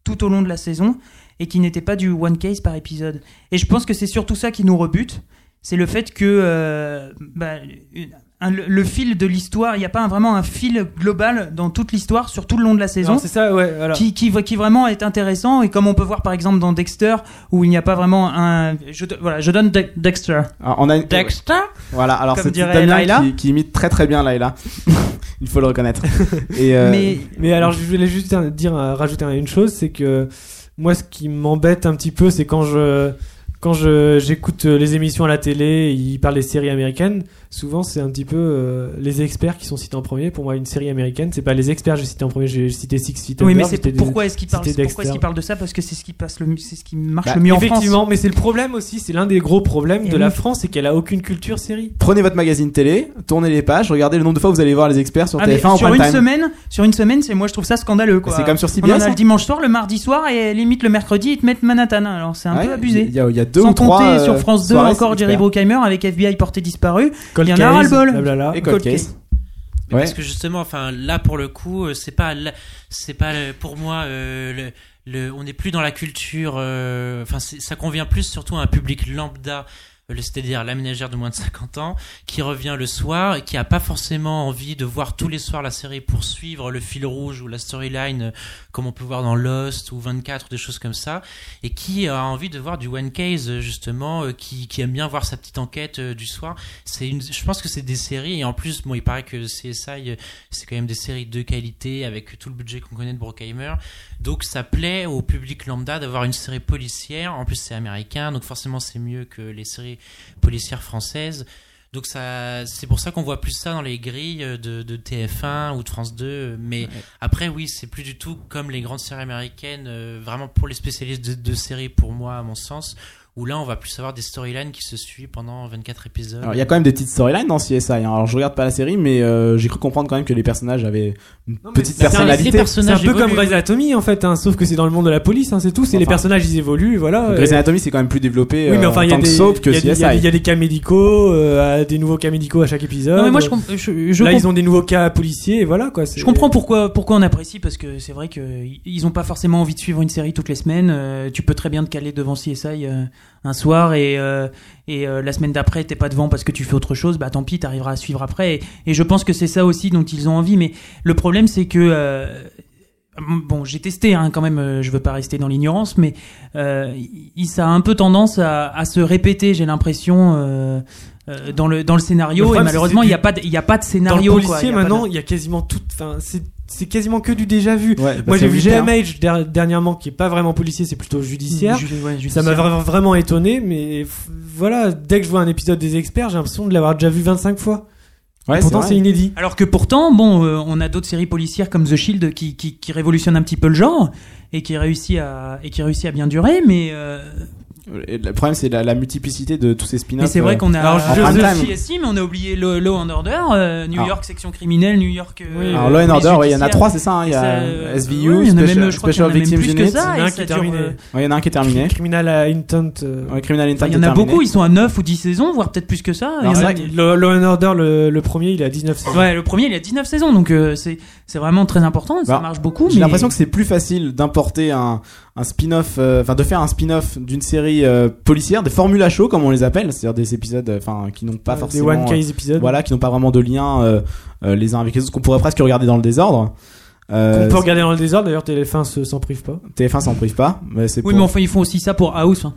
tout au long de la saison et qui n'étaient pas du one case par épisode. Et je pense que c'est surtout ça qui nous rebute, c'est le fait que euh, bah, une- un- le, le fil de l'histoire, il n'y a pas un- vraiment un fil global dans toute l'histoire sur tout le long de la saison. Alors, C'est ça, ouais, voilà. Qui, qui, qui vraiment est intéressant et comme on peut voir par exemple dans Dexter où il n'y a pas vraiment un je, do- voilà je donne De- Dexter Alors, Ah, on a une- euh, Dexter Voilà, alors Comme c'est dirait Damien Laila. qui, qui imite très très bien Laila. Il faut le reconnaître. Et, euh, mais Mais alors, je voulais juste un- dire, un- rajouter une chose, c'est que moi, ce qui m'embête un petit peu, c'est quand je quand je j'écoute euh, les émissions à la télé, ils parlent des séries américaines. Souvent, c'est un petit peu euh, les experts qui sont cités en premier. Pour moi, une série américaine, c'est pas les experts que j'ai cités en premier. J'ai cité Six Feet Oui, Under, mais c'est c'était des- pourquoi est-ce qu'il parle, c'était pourquoi est-ce Dexter. qu'il parle de ça Parce que c'est ce qui passe le, mieux- c'est ce qui marche Bah, le mieux en France. Effectivement, mais c'est le problème aussi. C'est l'un des gros problèmes Et de oui. la France, c'est qu'elle a aucune culture série. Prenez votre magazine télé, tournez les pages, regardez le nombre de fois où vous allez voir les experts sur Ah, mais TF1 en sur prime une time. semaine, sur une semaine, c'est moi je trouve ça scandaleux. quoi. C'est comme sur On en CBS. a hein. le dimanche soir, le mardi soir et limite le mercredi ils te mettent Manhattan. Alors c'est un Ouais, peu Il abusé. y, a- il y a deux Sans ou trois. compter euh, sur France 2 soirées, encore c'est Jerry super. Bruckheimer avec FBI porté disparu. Cold Il y en a Case, ras-le-bol. blablabla. Et Cold Cold Case. Case. Mais Ouais. Parce que justement, enfin, là pour le coup, euh, c'est pas, la- c'est pas euh, pour moi. euh, le, le- on n'est plus dans la culture. euh, Enfin, c'est- ça convient plus surtout à un public lambda. euh, le- C'est-à-dire la ménagère de moins de 50 ans qui revient le soir et qui a pas forcément envie de voir tous les soirs la série pour suivre le fil rouge ou la storyline euh, comme on peut voir dans Lost ou 24 ou des choses comme ça et qui a envie de voir du one case euh, justement euh, qui, qui aime bien voir sa petite enquête euh, du soir c'est une je pense que c'est des séries et en plus bon il paraît que CSI euh, c'est quand même des séries de qualité avec tout le budget qu'on connaît de Brockheimer donc ça plaît au public lambda d'avoir une série policière en plus c'est américain donc forcément c'est mieux que les séries policières françaises donc ça c'est pour ça qu'on voit plus ça dans les grilles euh, de, de TF1 ou de France 2 mais après oui c'est plus du tout comme les grandes séries américaines euh, vraiment pour les spécialistes de, de séries pour moi à mon sens où là on va plus avoir des storylines qui se suivent pendant 24 épisodes. Alors, il y a quand même des petites storylines dans CSI. hein. Alors, je regarde pas la série, mais euh, j'ai cru comprendre quand même que les personnages avaient une Non, mais petite c'est un- Les personnalité. C'est un personnages peu comme évoluent. Grey's Anatomy en fait, hein, sauf que c'est dans le monde de la police, hein, c'est tout. C'est les Enfin. personnages, ils évoluent, voilà. Grey's Et- Anatomy, c'est quand même plus développé Oui, mais euh, en enfin, il y a tant que des- soap que il y a des- il y a des- CSI. Il y a des cas médicaux, euh, des nouveaux cas médicaux à chaque épisode. Non, mais moi, je, com- je, je Là, comprends- ils ont des nouveaux cas policiers, et voilà quoi. c'est- Je comprends pourquoi, pourquoi on apprécie, parce que c'est vrai qu'ils n'ont pas forcément envie de suivre une série toutes les semaines. Euh, tu peux très bien te caler devant CSI euh, un soir et, euh, et euh, la semaine d'après, t'es pas devant parce que tu fais autre chose. Bah tant pis, t'arriveras à suivre après. Et, et je pense que c'est ça aussi dont ils ont envie. Mais le problème, c'est que. euh, Bon, j'ai testé hein, quand même, euh, je veux pas rester dans l'ignorance, mais euh, il- ça a un peu tendance à, à se répéter, j'ai l'impression, euh, euh, dans, le, dans le Le scénario. problème, et c'est que malheureusement, c'est il du- n'y a, pas de- il y a pas de Dans le scénario. quoi. policier Il y a pas de- maintenant, il y a quasiment tout. Enfin, c'est c'est quasiment que du déjà vu. Ouais, bah, Moi, c'est j'ai vu obligé, hein. GMH der- dernièrement, qui est pas vraiment policier, c'est plutôt judiciaire. Ju- ouais, Ça judiciaire. m'a vra- vraiment étonné, mais f- voilà, dès que je vois un épisode des experts, j'ai l'impression de l'avoir déjà vu 25 fois. Ouais, Pourtant, c'est c'est vrai. inédit. Alors que pourtant, bon, euh, on a d'autres séries policières comme The Shield qui, qui, qui révolutionnent un petit peu le genre et qui réussit à, et qui réussit à bien durer, mais, euh, Et Le problème, c'est la, la multiplicité de tous ces spin-offs. mais c'est vrai euh, qu'on a Alors, je- on a je- CSI, mais on a oublié Law, Law and Order, euh, New Ah. York section criminelle, New York. euh, Oui, Alors, Law and police Order, ouais, il y en a judiciaire. trois, c'est ça. hein, Il y Ça, a euh, SVU, ouais, il y en a même, Special, je Special crois qu'il y en a même Victims plus que Unit. ça. Il y en a et un ça qui est dure, terminé. euh, Ouais, il y en a un qui est terminé. Criminal à intent. euh, Ouais, Criminal Intent Enfin, il y en est a terminé. beaucoup, ils sont à 9 ou 10 saisons, voire peut-être plus que ça. Alors, Il y en a- c'est vrai Law Law and Order, le, le premier, il a 19 saisons. Ouais, le premier il a 19 saisons, donc euh, c'est c'est vraiment très important, ça Bah, marche beaucoup. J'ai mais- l'impression que c'est plus facile d'importer un, un spin-off, euh, enfin de faire un spin-off d'une série euh, policière, des formules à chaud comme on les appelle, c'est-à-dire des épisodes, euh, enfin qui n'ont pas Des forcément, one euh, case épisodes. voilà, qui n'ont pas vraiment de lien euh, euh, les uns avec les autres, qu'on pourrait presque regarder dans le désordre. Euh, On peut regarder dans le désordre, d'ailleurs, TF1 se- s'en prive pas. TF1 s'en prive pas, mais c'est Oui, pour- mais enfin, ils font aussi ça pour House. hein.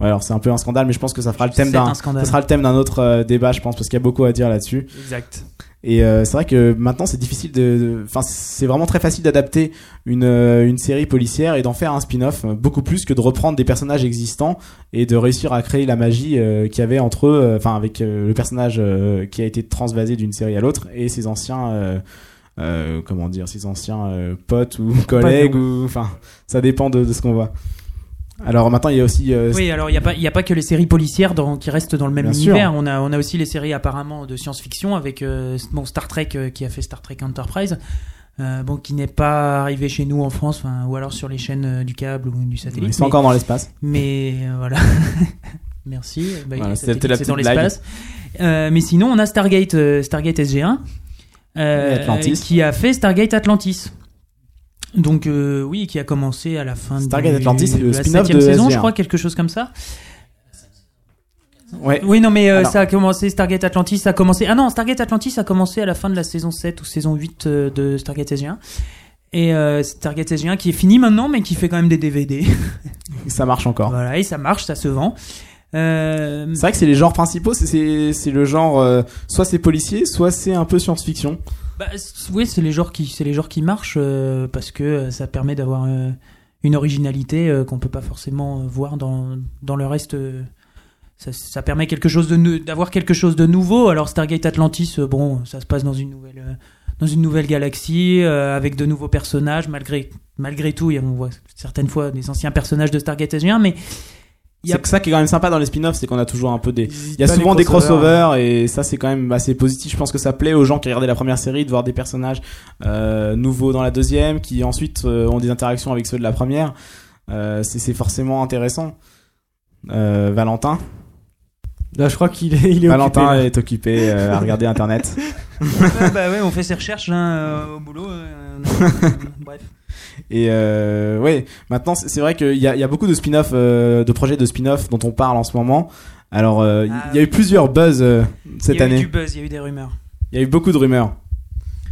Ouais, alors c'est un peu un scandale, mais je pense que ça fera le thème C'est d'un, un scandale. ça sera le thème d'un autre euh, débat, je pense, parce qu'il y a beaucoup à dire là-dessus. Exact. Et euh, c'est vrai que maintenant c'est difficile de, de- enfin c'est vraiment très facile d'adapter une euh, une série policière et d'en faire un spin-off euh, beaucoup plus que de reprendre des personnages existants et de réussir à créer la magie euh, qu'il y avait entre eux, euh, enfin avec euh, le personnage euh, qui a été transvasé d'une série à l'autre et ses anciens euh, euh, comment dire ses anciens euh, potes ou collègues ou enfin ça dépend de, de ce qu'on voit. Alors maintenant il y a aussi euh, Oui, alors il n'y a, pas- il y a pas que les séries policières dans- qui restent dans le même Bien univers. On a, on a aussi les séries apparemment de science-fiction avec euh, bon, Star Trek euh, qui a fait Star Trek Enterprise, euh, bon, qui n'est pas arrivé chez nous en France, enfin, ou alors sur les chaînes euh, du câble ou du satellite. ils sont mais- encore dans l'espace. mais euh, voilà. Merci. Bah, Voilà, c'est- c'était la c'est dans petite blague. l'espace. Euh, mais sinon, on a Stargate, euh, Stargate SG1, euh, Et Atlantis. euh, qui a fait Stargate Atlantis. Donc euh, oui, qui a commencé à la fin Stargate du- Atlantis, c'est le de la spin-off septième de saison, SG1. je crois, quelque chose comme ça. Ouais. Oui, non, mais euh, Alors. ça a commencé, Stargate Atlantis ça a commencé. Ah non, Stargate Atlantis a commencé à la fin de la saison 7 ou saison 8 euh, de Stargate SG1. Et euh, Stargate SG1 qui est fini maintenant, mais qui fait quand même des DVD. Ça marche encore. voilà, et ça marche, ça se vend. Euh, C'est vrai que c'est les genres principaux, c'est- c'est c'est le genre euh, soit c'est policier, soit c'est un peu science-fiction. bah, c- oui, c'est les genres qui, c'est les genres qui marchent euh, parce que euh, ça permet d'avoir euh, une originalité euh, qu'on peut pas forcément euh, voir dans, dans le reste. euh, ça, ça permet quelque chose de nou- d'avoir quelque chose de nouveau. Alors Stargate Atlantis, euh, bon, ça se passe dans une nouvelle euh, dans une nouvelle galaxie euh, avec de nouveaux personnages. Malgré malgré tout, il y a- on voit certaines fois des anciens personnages de Stargate SG1, mais Il y a- C'est que ça qui est quand même sympa dans les spin-offs, c'est qu'on a toujours un peu des il y a Pas souvent les hein. des crossovers et ça c'est quand même assez positif. Je pense que ça plaît aux gens qui regardaient la première série de voir des personnages euh, nouveaux dans la deuxième qui ensuite euh, ont des interactions avec ceux de la première. Euh, c'est c'est forcément intéressant. Euh, Valentin, Là, je crois qu'il est, il est Valentin occupé, là. est occupé euh, à regarder internet. Ouais, bah ouais, on fait ses recherches hein, euh, au boulot. euh, on a- bref. Et euh, ouais, maintenant c'est c'est vrai qu'il y a, il y a beaucoup de spin-off, euh, de projets de spin-off dont on parle en ce moment. Alors euh, il Ah y a eu plusieurs buzz euh, cette il y a eu année. du buzz, il y a eu des rumeurs. Il y a eu beaucoup de rumeurs.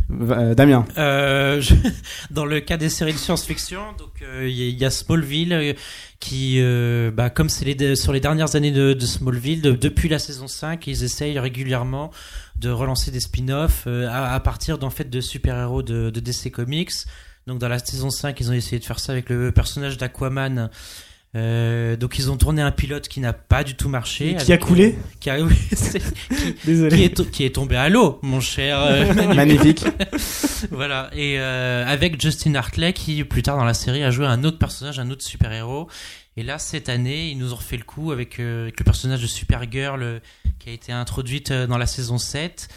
Va- euh, Damien, Euh, je- dans le cas des séries de science-fiction, donc euh, il y, a- il y a Smallville euh, qui, euh, bah, comme c'est les de- sur les dernières années de, de Smallville, de- depuis la saison 5, ils essayent régulièrement de relancer des spin-offs euh, à, à partir d'en fait de super-héros de, de DC Comics. Donc dans la saison 5, ils ont essayé de faire ça avec le personnage d'Aquaman Euh, donc ils ont tourné un pilote qui n'a pas du tout marché. Qui a avec- euh, coulé qui, a- oui, c'est- qui Désolé. est, to- qui est tombé à l'eau, mon cher. euh, Manu. Magnifique. voilà. Et euh, avec Justin Hartley qui plus tard dans la série a joué un autre personnage, un autre super héros. Et là cette année ils nous ont refait le coup avec, euh, avec le personnage de Supergirl euh, qui a été introduite euh, dans la saison 7.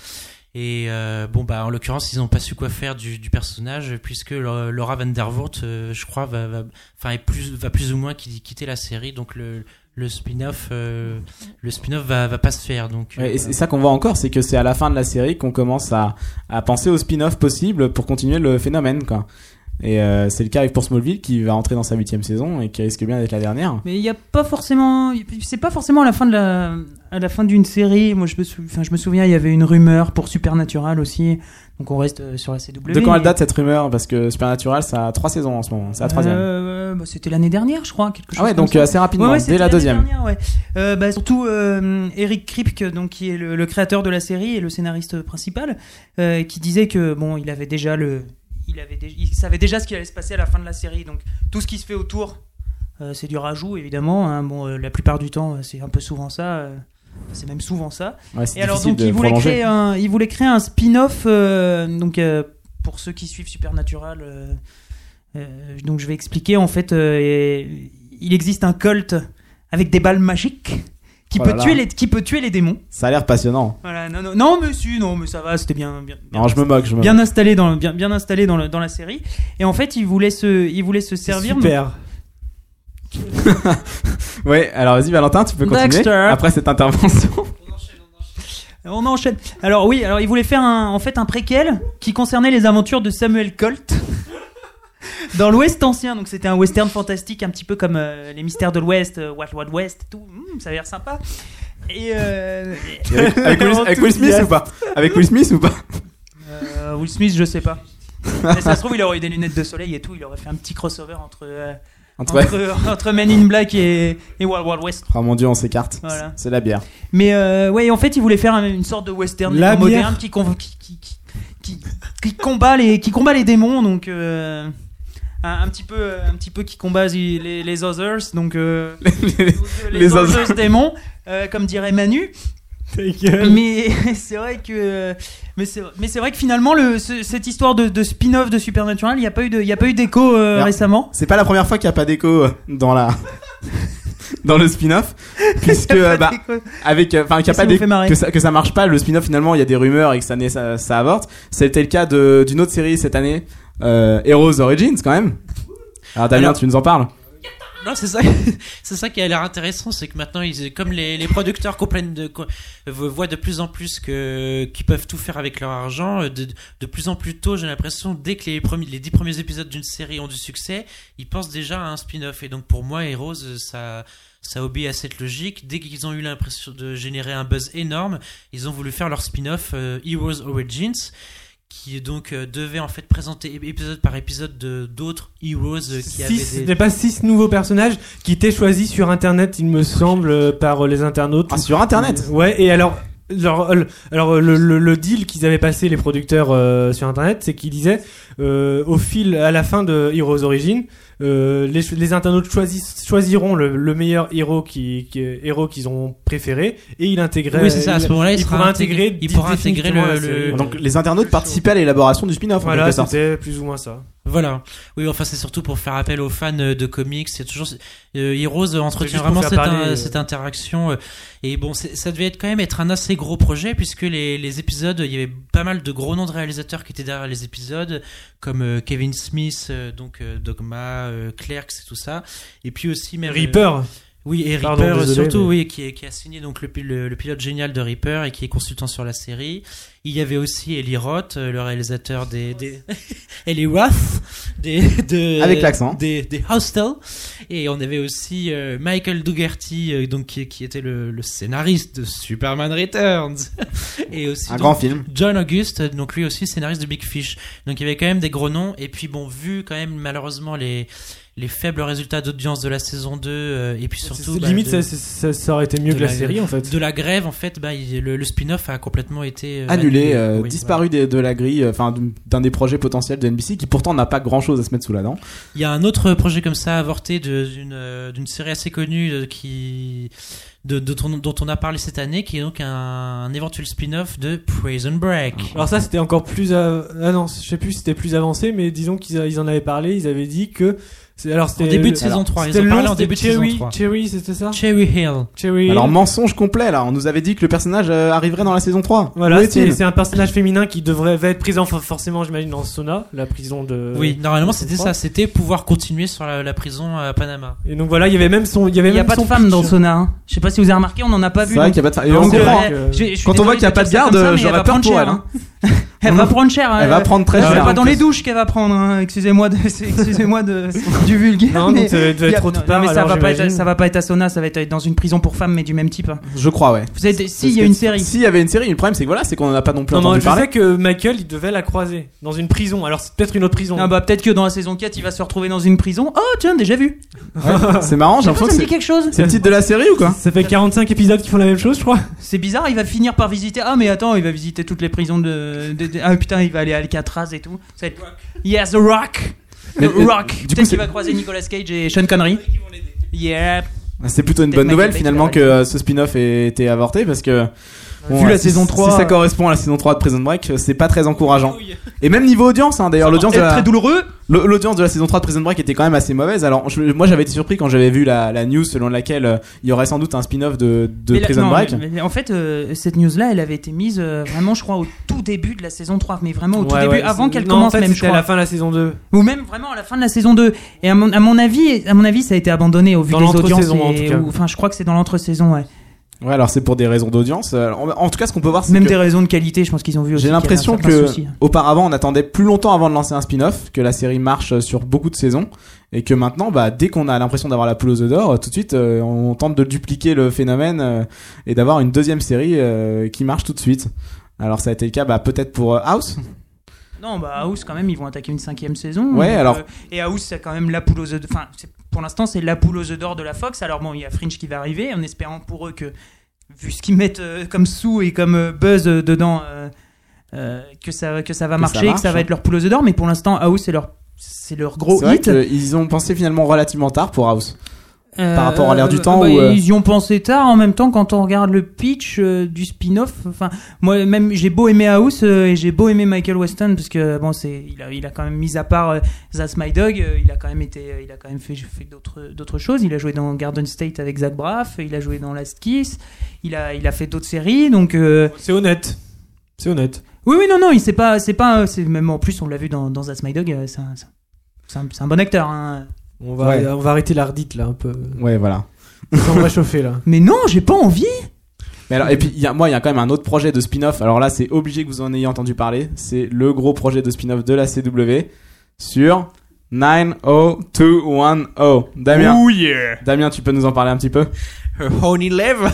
Et euh, bon bah en l'occurrence ils n'ont pas su quoi faire du, du personnage puisque Laura Laura Van Der Voort, euh, je crois va, va- enfin est plus va plus ou moins qui- quitter la série donc le le spin-off euh, le spin-off va va pas se faire donc Ouais, euh, Et c'est ça qu'on voit encore, c'est que c'est à la fin de la série qu'on commence à, à penser au spin-off possible pour continuer le phénomène, quoi. Et euh, c'est le cas avec pour Smallville qui va entrer dans sa huitième saison et qui risque bien d'être la dernière. Mais il n'y a pas forcément. C'est pas forcément à la fin de la, à la fin d'une série. Moi, je me, sou- enfin, je me souviens, il y avait une rumeur pour Supernatural aussi. Donc, on reste euh, sur la CW. De quand elle mais- date cette rumeur Parce que Supernatural, ça a trois saisons en ce moment, c'est la troisième. Euh, bah, C'était l'année dernière, je crois, quelque chose. ah ouais, comme donc ça. euh, assez rapidement, Ouais, ouais, dès c'était la l'année deuxième. dernière, ouais. Euh, bah, surtout euh, Eric Kripke, donc qui est le, le créateur de la série et le scénariste principal, euh, qui disait que bon, il avait déjà le, il avait, dé- il savait déjà ce qui allait se passer à la fin de la série, donc tout ce qui se fait autour, euh, c'est du rajout évidemment. hein. Bon, euh, la plupart du temps, euh, c'est un peu souvent ça. euh, c'est même souvent ça. Ouais, c'est Et alors difficile de donc il voulait prolonger. créer un, il voulait créer un spin-off euh, donc euh, pour ceux qui suivent Supernatural euh, euh, donc je vais expliquer en fait euh, et- il existe un culte avec des balles magiques qui Oh peut là là. tuer les qui peut tuer les démons. Ça a l'air passionnant. Voilà, non non non mais si, non mais ça va, c'était bien bien, bien Non, je me moque, je me bien moque. installé dans le, bien, bien installé dans le- dans la série et en fait il voulait se il voulait se servir Super. Ouais, alors vas-y Valentin, tu peux continuer Dexter. après cette intervention. Euh, On enchaîne. Alors oui, alors il voulait faire un, en fait un préquel qui concernait les aventures de Samuel Colt dans l'Ouest ancien. Donc c'était un western fantastique, un petit peu comme euh, les mystères de l'Ouest, euh, Wild Wild West, tout. Hum, ça a l'air sympa. Et euh, Et avec, avec Will, avec Will Smith ou pas Avec Will Smith ou pas euh, Will Smith, je sais pas. Mais ça se trouve, il aurait eu des lunettes de soleil et tout. Il aurait fait un petit crossover entre euh, Entre- entre, entre Men in Black et, et Wild Wild West. Ah mon dieu, on s'écarte. Voilà. C'est la bière. Mais euh, ouais, en fait, il voulait faire un- une sorte de western La néo- bière. moderne qui, con- qui, qui, qui, qui- qui combat les qui combat les démons, donc euh, un, un petit peu un petit peu qui combat les, les- les others, donc euh, les, les others, others. Euh. démons, euh, comme dirait Manu. Ta gueule. Mais c'est vrai que mais c'est mais c'est vrai que finalement le, ce- cette histoire de, de spin-off de Supernatural, il n'y a pas eu de il y a pas eu d'écho euh, Non. récemment. C'est pas la première fois qu'il n'y a pas d'écho euh, dans la dans le spin-off puisque euh, bah D'écho. avec euh, enfin qu'il y a Ça pas vous d'écho- fait marrer. que ça que ça marche pas le spin-off finalement il y a des rumeurs et que ça naît- ça, ça avorte. C'était le cas de d'une autre série cette année euh, Heroes Origins quand même. Alors Damien, Alors- tu nous en parles Non, c'est ça, c'est ça qui a l'air intéressant, c'est que maintenant, ils, comme les, les producteurs comprennent de, co- voient de plus en plus que qu'ils peuvent tout faire avec leur argent, euh, de, de plus en plus tôt, j'ai l'impression, dès que les premiers, les dix premiers épisodes d'une série ont du succès, ils pensent déjà à un spin-off. Et donc pour moi, Heroes, ça ça obéit à cette logique. Dès qu'ils ont eu l'impression de générer un buzz énorme, ils ont voulu faire leur spin-off euh, Heroes Origins, qui donc euh, devait en fait présenter ép- épisode par épisode de d'autres Heroes euh, qui Six, avaient des... C'était pas six nouveaux personnages qui étaient choisis sur internet, il me semble, euh, par euh, les internautes. Ah, sur internet. Euh, Ouais, et alors, leur- euh, alors le, le- le deal qu'ils avaient passé, les producteurs euh, sur Internet, c'est qu'ils disaient, euh, au fil, à la fin de Heroes Origin, euh, les, les internautes choisissent- choisiront le, le meilleur héros qui, qui- héros qu'ils ont préféré, et il intégrait. Oui, c'est ça, à ce moment-là, il, Euh, il sera pourra intégré- intégrer il pourra intégrer définitivement le, la série. le- Donc les internautes participaient à l'élaboration du spin-off. en Voilà, quelque sorte. c'était plus ou moins ça. Voilà. Oui, enfin, c'est surtout pour faire appel aux fans euh, de comics. C'est toujours. euh, Heroes euh, juste entretient pour vraiment faire cette, parler, in- euh. cette interaction. euh, Et bon, c'est- ça devait être quand même être un assez gros projet puisque les, les épisodes, il y avait pas mal de gros noms de réalisateurs qui étaient derrière les épisodes, comme euh, Kevin Smith, euh, donc euh, Dogma, euh, Clerks et tout ça. Et puis aussi même. euh, Reaper. oui, et Pardon, Reaper désolé, surtout, mais- oui, qui, est- qui a signé donc le, pil- le, le pilote génial de Reaper et qui est consultant sur la série. Il y avait aussi Eli Roth, euh, le réalisateur des, des Eli Roth, des de Avec l'accent. des, des Hostel, et on avait aussi euh, Michael Dougherty, euh, donc qui, qui était le, le scénariste de Superman Returns, et aussi Un donc, grand film. John August, donc lui aussi scénariste de Big Fish. Donc il y avait quand même des gros noms. Et puis bon, vu quand même malheureusement les, les faibles résultats d'audience de la saison 2, euh, et puis surtout... C'est- bah, limite, ça, de, ça- ça- ça aurait été mieux de que la la- série en fait. de la grève, en fait, bah, il- le, le spin-off a complètement été euh, Annulé. annulé, euh, Oui, disparu des- de la grille, euh, enfin d'un des projets potentiels de NBC qui pourtant n'a pas grand chose à se mettre sous la dent. Il y a un autre projet comme ça avorté de- d'une euh, d'une série assez connue euh, qui de, de ton- dont on a parlé cette année, qui est donc un, un éventuel spin-off de Prison Break. Alors ça, c'était encore plus... av- Ah non, je sais plus si c'était plus avancé, mais disons qu'ils a- ils en avaient parlé, ils avaient dit que... c'est- Alors, En c'était début de le- saison 3, ils c'était en le parlaient long, en début de c'était Cherry, saison 3. Cherry, c'était ça Cherry Hill. Cherry. Alors mensonge complet là, on nous avait dit que le personnage euh, arriverait dans la saison 3. Où Voilà, est-il c'est c'est un personnage féminin qui devrait va être pris en for- forcément, j'imagine, dans Sona, la prison de. oui, Euh, normalement c'était je ça, crois. c'était pouvoir continuer sur la, la prison à Panama. Et donc voilà, il y avait même son, il y avait Il n'y a même pas de son femme dans pitch. Sona. hein. Je sais pas si vous avez remarqué, on n'en a pas C'est vu. vrai donc- euh, qu'il n'y a pas de fa- et Non, on c'est comprend. vrai. Je- je suis Quand on désolé voit qu'il y a de pas de dire ça garde, comme ça, mais j'aurais elle va peur prendre pour cher, elle, hein. hein. Elle va prendre cher. hein. Elle va prendre très C'est cher. pas dans les douches qu'elle va prendre. hein. Excusez-moi de, c'est- excusez-moi de du vulgaire. Non, mais... donc ça devait il y a- être autre non, part. mais ça alors, va, pas être, j'imagine. ça va pas être à Sona, ça va être dans une prison pour femmes, mais du même type. hein. Je crois ouais. Vous savez, si, Parce il y a que une si- série. S'il y avait une série, le problème c'est que voilà, c'est qu'on n'en a pas non plus Non, non, entendu je parler. sais que Michael, il devait la croiser dans une prison. Alors c'est peut-être une autre prison. Ah bah peut-être que dans la saison 4 il va se retrouver dans une prison. Oh tiens déjà vu. Ouais, c'est marrant, j'ai Je sais l'impression que pas, ça me dit c'est quelque chose. c'est le titre de la série ou quoi Ça fait 45 épisodes qui font la même chose, je crois. C'est bizarre, il va finir par visiter. Ah mais attends, il va visiter toutes les prisons de. de- de- Ah putain, il va aller à Alcatraz et tout. Ça va être- Yeah, The Rock. Mais- The Rock. du coup, Peut-être c'est- qu'il va croiser Nicolas Cage et Sean Connery. Yeah. Bah, C'est plutôt une Peut-être bonne nouvelle Michael Bay finalement qui que euh, ce spin-off ait été avorté parce que bon, Vu euh, la si- saison si 3, ça euh, correspond à la saison 3 de Prison Break, euh, c'est pas très encourageant. Et même niveau audience, hein, d'ailleurs, Ça va l'audience de, être la- très douloureux. l- l'audience de la saison 3 de Prison Break était quand même assez mauvaise. Alors, je- moi j'avais été surpris quand j'avais vu la, la news selon laquelle euh, il y aurait sans doute un spin-off de, de Mais la- Prison non, Break. mais- mais en fait, euh, cette news-là, elle avait été mise euh, vraiment, je crois, au tout début de la saison 3, mais vraiment au tout Ouais, début, ouais, avant c'est- qu'elle non, commence en fait, même, je c'était à crois. la fin de la saison 2. Ou même vraiment à la fin de la saison 2. Et à mon, à mon avis, à mon avis, ça a été abandonné au vu Dans des audiences. l'entre-saison, en et- tout cas. ou- enfin, je crois que c'est dans l'entre-saison, ouais. Ouais, alors c'est pour des raisons d'audience. Euh, En, en tout cas, ce qu'on peut voir, c'est Même que des raisons de qualité, je pense qu'ils ont vu aussi. j'ai qu'il y avait un l'impression certain que souci. hein. auparavant on attendait plus longtemps avant de lancer un spin-off, que la série marche euh, sur beaucoup de saisons, et que maintenant, bah, dès qu'on a l'impression d'avoir la poule aux œufs d'or, euh, tout de suite, euh, on tente de dupliquer le phénomène euh, et d'avoir une deuxième série euh, qui marche tout de suite. Alors ça a été le cas, bah, peut-être pour euh, House. Non, bah House, quand même, ils vont attaquer une cinquième saison. Ouais, Donc, alors- euh, et House, c'est quand même la poule aux œufs. de- Enfin, c'est- pour l'instant, c'est la poule aux œufs d'or de la Fox. Alors bon, il y a Fringe qui va arriver, en espérant pour eux que, vu ce qu'ils mettent euh, comme sous et comme euh, buzz euh, dedans, euh, euh, que, ça, que ça va Que ça marcher, marche, que ça va hein. être leur poule aux œufs d'or. Mais pour l'instant, House, c'est leur, c'est leur gros C'est vrai hit. qu'ils ont pensé finalement relativement tard pour House. Euh, Par rapport à l'ère du euh, temps bah, où, euh, Ils y ont pensé tard. En même temps, quand on regarde le pitch euh, du spin-off, enfin, moi, même, j'ai beau aimer House euh, et j'ai beau aimer Michael Weston parce que bon, c'est, il a, il a quand même mis à part euh, That's My Dog. euh, il a quand même été, euh, il a quand même fait, fait d'autres, d'autres choses. Il a joué dans Garden State avec Zach Braff. Il a joué dans Last Kiss. Il a, il a fait d'autres séries. Donc, euh, C'est honnête. C'est honnête. oui, oui, non, non, il c'est pas, c'est pas, euh, c'est même en plus, on l'a vu dans, dans That's My Dog. euh, c'est, un, c'est un- c'est un bon acteur. hein. On va, Ouais. on va arrêter la redite là un peu. Ouais, voilà. on va chauffer là. Mais non, j'ai pas envie. Mais alors, et puis, il y a, moi, il y a quand même un autre projet de spin-off. Alors là, c'est obligé que vous en ayez entendu parler. C'est le gros projet de spin-off de la CW sur 90210. Damien, Oh yeah! Damien, tu peux nous en parler un petit peu Her Euh, honey level!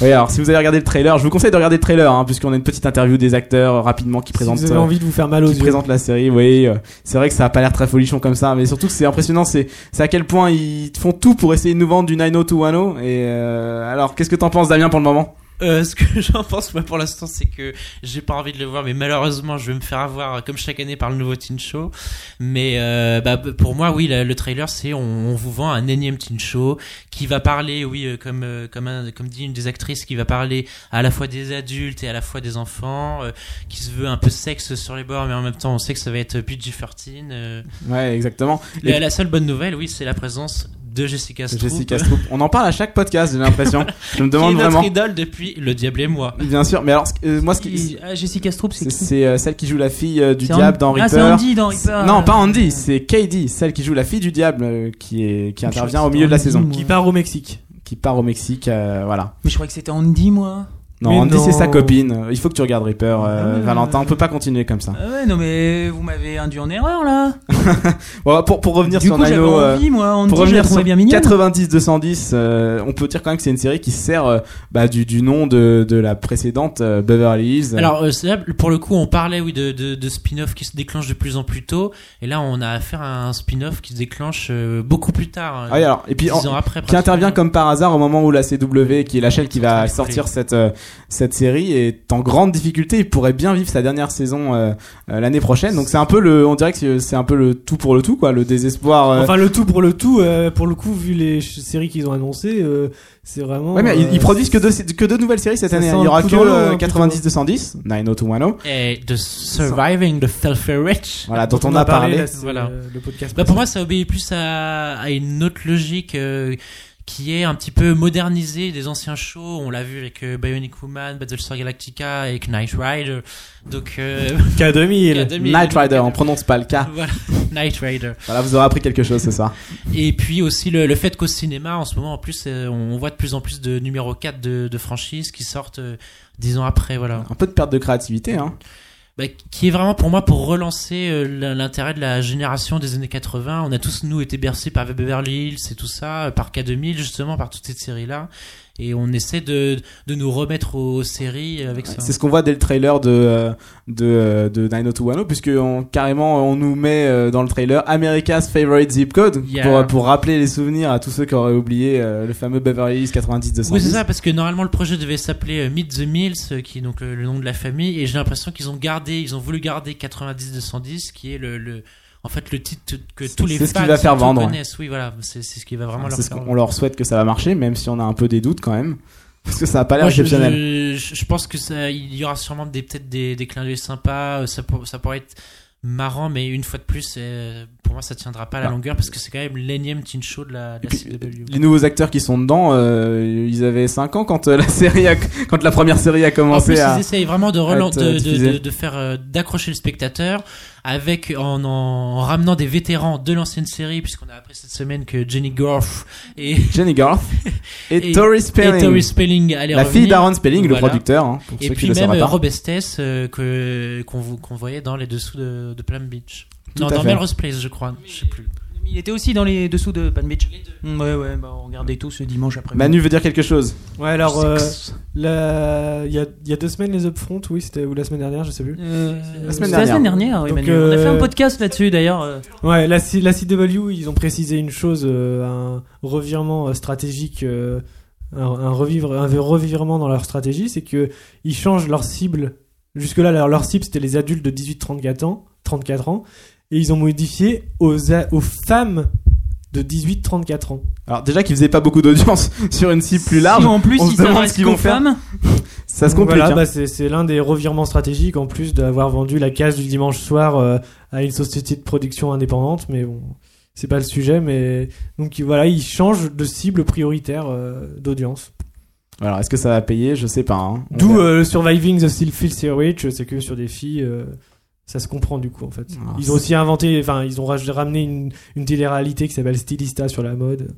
Oui, alors, si vous avez regardé le trailer, je vous conseille de regarder le trailer, hein, puisqu'on a une petite interview des acteurs euh, rapidement qui présentent si vous avez euh, envie de vous faire mal aux qui yeux. présente la série. Oui, euh, c'est vrai que ça a pas l'air très folichon comme ça, mais surtout que c'est impressionnant. C'est c'est à quel point ils font tout pour essayer de nous vendre du 90210. Et euh, alors, qu'est-ce que t'en penses, Damien, pour le moment Euh, ce que j'en pense moi pour l'instant c'est que j'ai pas envie de le voir mais malheureusement je vais me faire avoir comme chaque année par le nouveau teen show mais euh, bah, pour moi oui la- le trailer c'est on, on vous vend un énième teen show qui va parler oui euh, comme euh, comme un- comme dit une des actrices qui va parler à la fois des adultes et à la fois des enfants euh, qui se veut un peu sexe sur les bords mais en même temps on sait que ça va être PG-13 euh. Ouais, exactement. Et la, la seule bonne nouvelle oui c'est la présence de Jessica Stroop Jessica euh, Stroop. On en parle à chaque podcast, j'ai l'impression. Je me qui est demande notre vraiment. idole depuis Le Diable et moi Bien sûr, mais alors, ce- euh, moi, ce Qui- qui. ah, Jessica Stroop, c'est C'est qui c'est, euh, celle qui joue la fille euh, du C'est diable Andy- dans Ah, Reaper. c'est Andy dans Reaper. Non, pas Euh, Andy, c'est Katie, celle qui joue la fille du diable, euh, qui, est, qui Je crois intervient que au milieu de la c'était saison, Andy, Qui moi. part au Mexique. qui part au Mexique, euh, voilà. Mais je croyais que c'était Andy, moi. Non, Mais Andy, c'est non. sa copine. Il faut que tu regardes Reaper, euh, Euh. Valentin, on peut pas continuer comme ça. Ah ouais, non, mais vous m'avez induit en erreur, là. Bon, pour, pour revenir du sur coup, j'avais Nino, euh, envie, moi. Andy, pour je la revenir trouvais sur bien mignonne. 90-210, euh, on peut dire quand même que c'est une série qui se sert euh, bah, du, du nom de, de la précédente euh, Beverly Hills. Alors, euh, c'est là, pour le coup, on parlait oui, de, de, de spin-off qui se déclenche de plus en plus tôt. Et là, on a affaire à un spin-off qui se déclenche euh, beaucoup plus tard. Ah oui, alors, et puis dix en- ans après, qui pratiquement. intervient comme par hasard au moment où la CW, qui est la chaîne qui va Très sortir cette euh, cette série est en grande difficulté. Il pourrait bien vivre sa dernière saison euh, euh, l'année prochaine. Donc c'est un peu le, on dirait que c'est un peu le tout pour le tout, quoi. Le désespoir. euh. Enfin, le tout pour le tout, euh, pour le coup, vu les ch- séries qu'ils ont annoncées, euh, c'est vraiment. Ouais, mais ils, euh, ils produisent que deux, que deux nouvelles séries cette ça année. sent Il y aura le que coup dans l'eau, euh, plutôt. 90-210, 90210. Et de Surviving the Filthy Rich. oh, Voilà, dont on a parlé. là, c'est, Voilà. euh, le podcast. Bah, pour moi, ça obéit plus à, à une autre logique euh, qui est un petit peu modernisée des anciens shows. On l'a vu avec euh, Bionic Woman, Battlestar Galactica, avec Knight Rider. Donc, euh, K2000. Night Rider, on prononce pas le cas. Voilà, Knight Rider. Voilà, vous aurez appris quelque chose ce soir. Et puis aussi le, le fait qu'au cinéma, en ce moment, en plus, euh, on voit de plus en plus de numéro 4 de, de franchises qui sortent euh, 10 ans après, voilà. Un peu de perte de créativité, hein. Bah, qui est vraiment pour moi pour relancer euh, l- l'intérêt de la génération des années 80. On a tous, nous, été bercés par Beverly Hills et tout ça, euh, par K2000, justement, par toutes ces séries-là. Et on essaie de, de nous remettre aux, aux séries avec ça. C'est ce qu'on voit dès le trailer de euh, de euh, de 90210 puisque on, carrément on nous met euh, dans le trailer America's favorite zip code Yeah. pour euh, pour rappeler les souvenirs à tous ceux qui auraient oublié euh, le fameux Beverly Hills 90 210. Oui, c'est ça, parce que normalement le projet devait s'appeler euh, Meet the Mills, euh, qui est donc euh, le nom de la famille, et j'ai l'impression qu'ils ont gardé, ils ont voulu garder 90-210, qui est le, le- en fait le titre que tous les c'est fans ce qui va faire surtout vendre, ouais. connaissent. Oui, voilà, c'est c'est ce qui va vraiment leur C'est ce faire qu'on- vendre. on leur souhaite que ça va marcher même si on a un peu des doutes quand même parce que ça a pas l'air Moi, je, exceptionnel. je- je pense que ça, il y aura sûrement des peut-être des, des clins d'œil sympas, euh, ça, pour- ça pourrait être marrant, mais une fois de plus, euh, pour moi, ça tiendra pas à la Bah. longueur parce que c'est quand même l'énième teen show de la, de Et la puis, CW. Les nouveaux acteurs qui sont dedans, euh, ils avaient 5 ans quand euh, la série a, quand la première série a En commencé plus, à ils essayent vraiment de, relan- à te de, de- diffuser. de- de faire euh, d'accrocher le spectateur avec en, en ramenant des vétérans de l'ancienne série, puisqu'on a appris cette semaine que Jenny Gorff et, Jenny Garth et, Et- Tori et Spelling, Tori Spelling allaient la fille revenir. d'Aaron Spelling, le Voilà. producteur, hein, pour Et ceux qui puis le même sauraient euh, pas. Rob Estes euh, que qu'on vous- qu'on voyait dans les dessous de, de Plum Beach. Tout non, à dans fait. Melrose Place, je crois. Je sais plus. Il était aussi dans les dessous de Pan Beach. Ouais, ouais, bah, on regardait tout ce dimanche après. Manu veut dire quelque chose. Ouais, alors, euh, la- il y, a, il y a deux semaines, les Upfront, oui, c'était ou la semaine dernière, je sais plus. euh, la semaine semaine dernière. La semaine dernière, Donc, Emmanuel. On a euh, fait un podcast là-dessus d'ailleurs. euh. Ouais, la, C- la CW, ils ont précisé une chose, euh, un revirement euh, stratégique, euh, un, un revivre, un revirement dans leur stratégie, c'est que ils changent leur cible. Jusque-là, leur, leur cible, c'était les adultes de 18-34 ans, 34 ans, et ils ont modifié aux, a- aux femmes de 18-34 ans. Alors déjà qu'ils faisaient pas beaucoup d'audience sur une cible plus large, Si, en plus, on se demande ils ce s'adressent qu'ils qu'aux vont faire. femmes. ça se Donc complique. voilà, hein. bah, c'est c'est l'un des revirements stratégiques, en plus d'avoir vendu la case du dimanche soir euh, à une société de production indépendante, mais bon, c'est pas le sujet, mais donc voilà, ils changent de cible prioritaire euh, d'audience. Alors est-ce que ça va payer Je sais pas. hein. On bah- D'où verra. euh, le Surviving the Still Filthy Rich, c'est que sur des filles, euh, ça se comprend du coup en fait. Ah, ils ont c'est- aussi inventé, enfin ils ont raj- ramené une, une télé-réalité qui s'appelle Stylista sur la mode.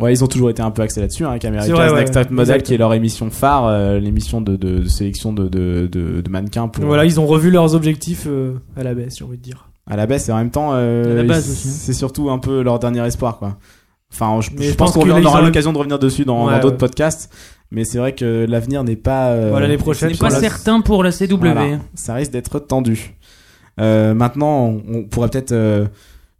Ouais, ils ont toujours été un peu axés là-dessus, hein, avec America's euh, C'est vrai, ouais, Next Top ouais. Model, Exact. qui est leur émission phare, euh, l'émission de, de- de sélection de, de- de- de mannequins pour. euh, Donc voilà, ils ont revu leurs objectifs euh, à la baisse, j'ai envie de dire. À la baisse et en même temps, euh, À la base ils- aussi, hein. c'est surtout un peu leur dernier espoir, quoi. Enfin, je, Mais je je pense pense qu'on que là, ils aura ont- l'occasion de revenir dessus dans, Ouais, dans d'autres ouais. podcasts, mais c'est vrai que l'avenir n'est pas. euh, voilà, les Ce prochaines. n'est sont pas là- certain pour la CW. Voilà, ça risque d'être tendu. Euh, maintenant, on, on pourrait peut-être euh,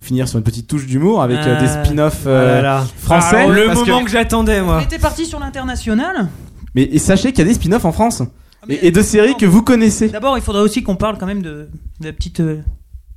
finir sur une petite touche d'humour avec euh, des Ah, spin-offs Ah euh, là là. français. Alors, le parce que- moment que, j'attendais, On moi. était parti sur l'international. Mais et sachez qu'il y a des spin-offs en France Ah, et, et de séries non. que vous connaissez. D'abord, il faudrait aussi qu'on parle quand même de, de la petite, euh,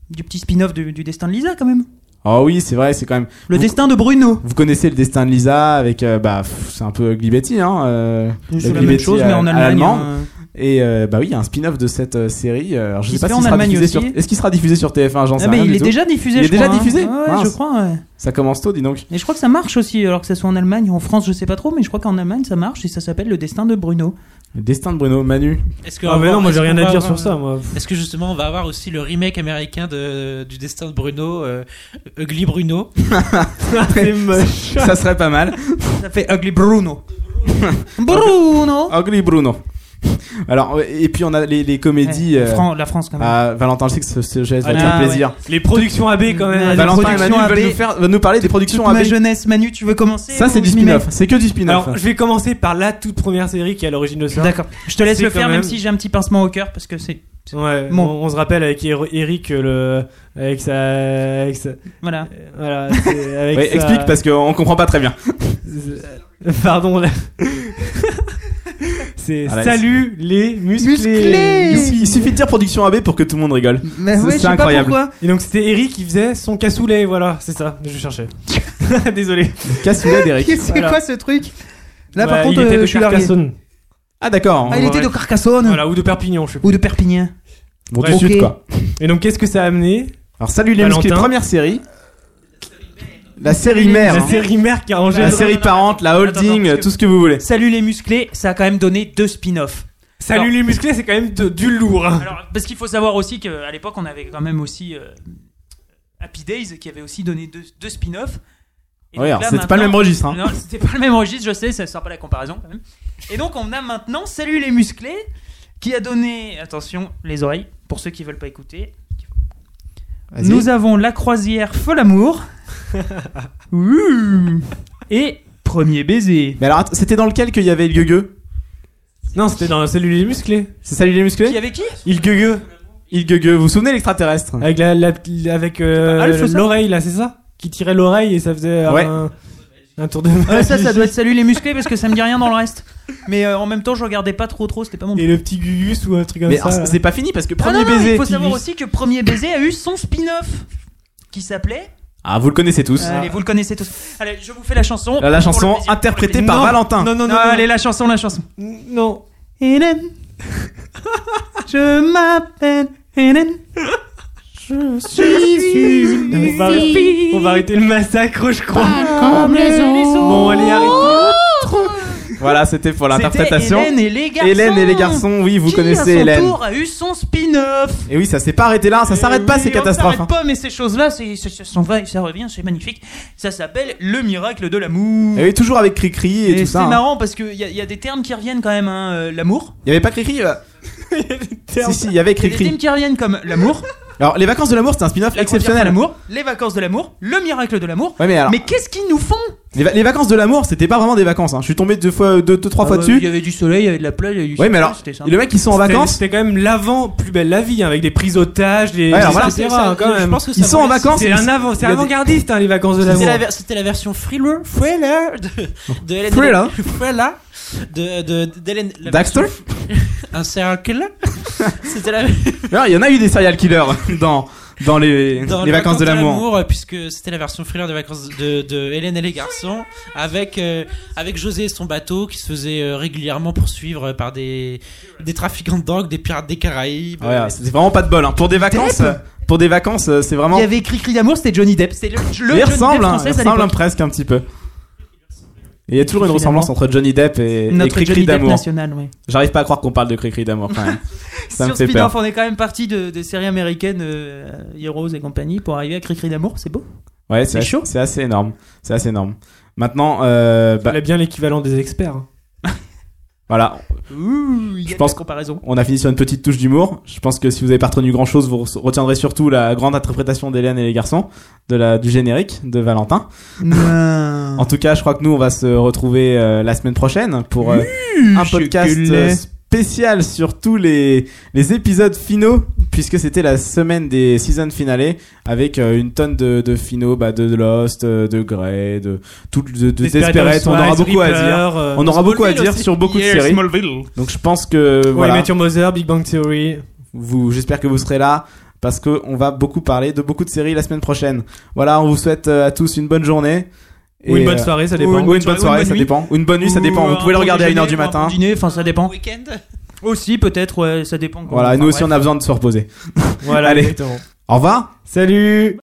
du petit spin-off du, du destin de Lisa quand même. Ah oui, c'est vrai, c'est quand même. Le Vous- destin de Bruno. Vous connaissez le destin de Lisa avec euh, bah pff, c'est un peu Ugly Betty hein. euh, C'est la Ugly même Betty chose, à- mais en à Allemagne. l'allemande. hein. Et euh, bah oui, il y a un spin-off de cette euh, série. euh, Alors je Qui sais se pas fait s'il en sera Allemagne diffusé sur. aussi. Est-ce qu'il sera diffusé sur TF1 J'en sais Ah, mais rien il du est tout. déjà diffusé. Il est je déjà crois, hein. diffusé Ouais, ouais, Mince. je crois. ouais. Ça commence tôt, dis donc. Et je crois que ça marche aussi, alors que ça soit en Allemagne, en France, je sais pas trop, mais je crois qu'en Allemagne ça marche et ça s'appelle le destin de Bruno. Le destin de Bruno Manu. Est-ce que Ah, on mais va- non, moi est-ce j'ai rien qu'on à va dire avoir- sur ça, moi. Est-ce que justement on va avoir aussi le remake américain de, du destin de Bruno, euh, Ugly Bruno C'est moche. ça serait pas mal. Ça fait Ugly Bruno. Ah, Bruno Ugly Bruno. Alors et puis on a les, les comédies. Eh, euh, Fran- La France quand même. Ah, Valentin, je sais que ce, ce geste va Ah, te faire ouais. plaisir. Les productions AB quand Ah, même. les Valentin et productions Manu veulent AB. nous, faire, veulent nous parler des productions Toute AB. ma jeunesse, Manu, tu veux commencer Ça, c'est ou du je m'y mets spin-off. C'est que du spin-off. Alors, je vais commencer par la toute première série qui est à l'origine de ça. D'accord. Je te laisse C'est le quand faire, même- même si j'ai un petit pincement au cœur, parce que c'est. Ouais, Bon. on, on se rappelle avec Er- Eric, euh, le, avec sa, avec sa- Voilà. euh, voilà, c'est- avec Ouais, sa- Explique parce qu'on comprend pas très bien. Pardon. là. C'est- c'est Ah bah, Salut les musclés. Il, Musclés il suffit de dire production AB pour que tout le monde rigole. Mais C'est- ouais, c'est je sais pas incroyable. pourquoi. Et donc c'était Eric qui faisait son cassoulet, voilà, c'est ça, je cherchais. Désolé. Cassoulet d'Eric. Qu'est-ce- C'est Voilà. quoi ce truc Là, Bah, par contre, il était euh, de je suis largué. Carcassonne. Ah d'accord. Ah, il Ouais. était de Carcassonne Voilà, ou de Perpignan, je sais pas. ou de Perpignan. Bon, tout Ouais. de suite Ok. quoi. Et donc qu'est-ce que ça a amené Alors salut les Valentin. musclés, première série. La série mère. La hein. série mère qui a rangé. La Attends, série attends, parente, la attends, holding, parce que- tout ce que vous voulez. Salut les musclés, ça a quand même donné deux spin-offs. Salut Alors- les musclés, c'est quand même de- du lourd. hein. Alors, parce qu'il faut savoir aussi qu'à l'époque, on avait quand même aussi euh, Happy Days qui avait aussi donné deux, deux spin-offs. Et Ouais, donc alors, là, c'était pas le même maintenant- registre. Hein. Non, c'était pas le même registre, je sais, ça sort pas la comparaison quand même. Et donc, on a maintenant Salut les musclés qui a donné, attention, les oreilles, pour ceux qui veulent pas écouter. Vas-y. Nous avons La croisière folle amour. Ouh. Et Premier baiser. Mais alors, attends, c'était dans lequel qu'il y avait le gueugue Non, c'était dans Salut les musclés. C'est salut les Qui musclés avait qui Il gueugue. Il gueugue. Vous vous souvenez l'extraterrestre Avec la, la- avec euh, Ah, Alf, ça l'oreille là, c'est ça Qui tirait l'oreille et ça faisait Ouais. un, un tour de. Ouais, Ah, ça, ça doit être Salut les musclés parce que ça me dit rien dans le reste. Mais euh, en même temps, je regardais pas trop trop, c'était pas mon. Et le petit Gugus ou un truc comme Mais ça. alors, là. c'est pas fini parce que Ah premier non, non, baiser. il faut savoir Tigus- aussi que Premier baiser a eu son spin-off qui s'appelait. euh, Ah, vous le connaissez tous. Allez, vous le connaissez tous. Allez, je vous fais la chanson. Là, la Pour le chanson plaisir, pour le interprétée plaisir. par Non. Valentin. Non, non, non. Non, non. allez, la chanson, la chanson. Non. Hélène, je m'appelle Hélène. Je suis On va, on va arrêter le massacre, je crois. Ah. comme les autres. Bon, allez, arrêtez. Voilà, c'était pour C'était l'interprétation. Hélène et les garçons. Hélène et les garçons, oui, vous qui, connaissez à son Hélène. tour a eu son spin-off. Et oui, ça s'est pas arrêté là, ça s'arrête pas hein. Oui, ces Euh, on catastrophes. s'arrête pas, mais ces choses-là, c'est, c'est- ça s'en va et ça revient, c'est magnifique. Ça s'appelle le miracle de l'amour. Et Eh oui, toujours avec Cricri et, Et tout c'est ça. hein. marrant parce qu'il y, a- y a des termes qui reviennent quand même, hein, euh, l'amour. Il y avait pas Cricri euh, Si, si, il y avait Il y a des Cricri. termes qui reviennent comme l'amour, Alors, Les Vacances de l'amour, c'est un spin-off la exceptionnel. croisière, l'amour, les vacances de l'amour, le miracle de l'amour. Ouais, mais alors, mais qu'est-ce qu'ils nous font les, va- les vacances de l'amour, c'était pas vraiment des vacances. hein. Je suis tombé deux fois, deux, deux trois fois Ah Il y dessus. avait du soleil, il y avait de la plage, il y avait du Ouais, mais alors, bah c'était ça. Et le mec, ils sont en C'était- vacances. C'était quand même l'avant plus belle la vie, hein, avec des prises otages, des. Ouais, alors voilà, etc. c'est ça, quand je même. pense que ça Ils sont en voulait- vacances. C'est ils- un avant, il c'est y a des- avant-gardiste, hein, les vacances de C'était la, l'amour. ver- c'était la version thriller, thriller de, de Hélène. Thriller. hein. Thriller de, de, d'Hélène- la Daxter version- Un serial killer C'était la, Alors, il y en a eu des serial killers dans, dans les, dans les vacances de l'amour. euh, Puisque c'était la version thriller des vacances de, de Hélène et les garçons, avec, euh, avec José et son bateau qui se faisait euh, régulièrement poursuivre euh, par des, des trafiquants de drogue, des pirates des Caraïbes. euh, Ouais, ouais, c'est vraiment pas de bol. hein. Pour des vacances, euh, pour des vacances, euh, c'est vraiment. Il y avait Cri-Cri d'amour, c'était Johnny Depp. C'était le, le Johnny il Depp ressemble, hein, français il à ressemble l'époque. presque un petit peu. Et il y a toujours une Finalement. ressemblance entre Johnny Depp et, et Notre Cricri Johnny Depp d'amour. national, ouais. J'arrive pas à croire qu'on parle de Cricri d'amour quand même. Ça me Sur fait Spin-off, on est quand même parti de, des séries américaines, euh, Heroes et compagnie, pour arriver à Cricri d'amour, c'est beau. Ouais, c'est C'est assez- chaud. C'est assez énorme. C'est assez énorme. Maintenant, euh, bah, Elle a bien l'équivalent des experts. hein. voilà, Ouh, il y a Je de pense- la comparaison. on a fini sur une petite touche d'humour. Je pense que si vous avez pas retenu grand chose, vous re- retiendrez surtout la grande interprétation d'Hélène et les garçons de la, du générique de Valentin. En tout cas, je crois que nous, on va se retrouver euh, la semaine prochaine pour euh, un podcast euh, spécial sur tous les, les épisodes finaux, puisque c'était la semaine des season finales, avec euh, une tonne de, de finaux, bah, de Lost, euh, de Grey, de, tout, de, de Desperate. On aura beaucoup à dire. euh, On aura beaucoup à dire sur beaucoup de séries. Donc je pense que Ouais, voilà, Mathieu Mother, Big Bang Theory. vous, j'espère que vous serez là parce que on va beaucoup parler de beaucoup de séries la semaine prochaine. Voilà, on vous souhaite euh, à tous une bonne journée. Ou Et, une bonne euh, soirée, ça ou dépend. une, bonne soirée, ça nuit. dépend. Ou une bonne nuit, ça Ou dépend. Vous un pouvez le bon regarder à déjeuner, 1h du ou un bon matin. dîner, enfin ça dépend. Week-end Aussi peut-être, ouais, ça dépend. Voilà, Enfin, nous aussi bref. on a besoin de se reposer. Voilà, Allez. exactement. Au revoir Salut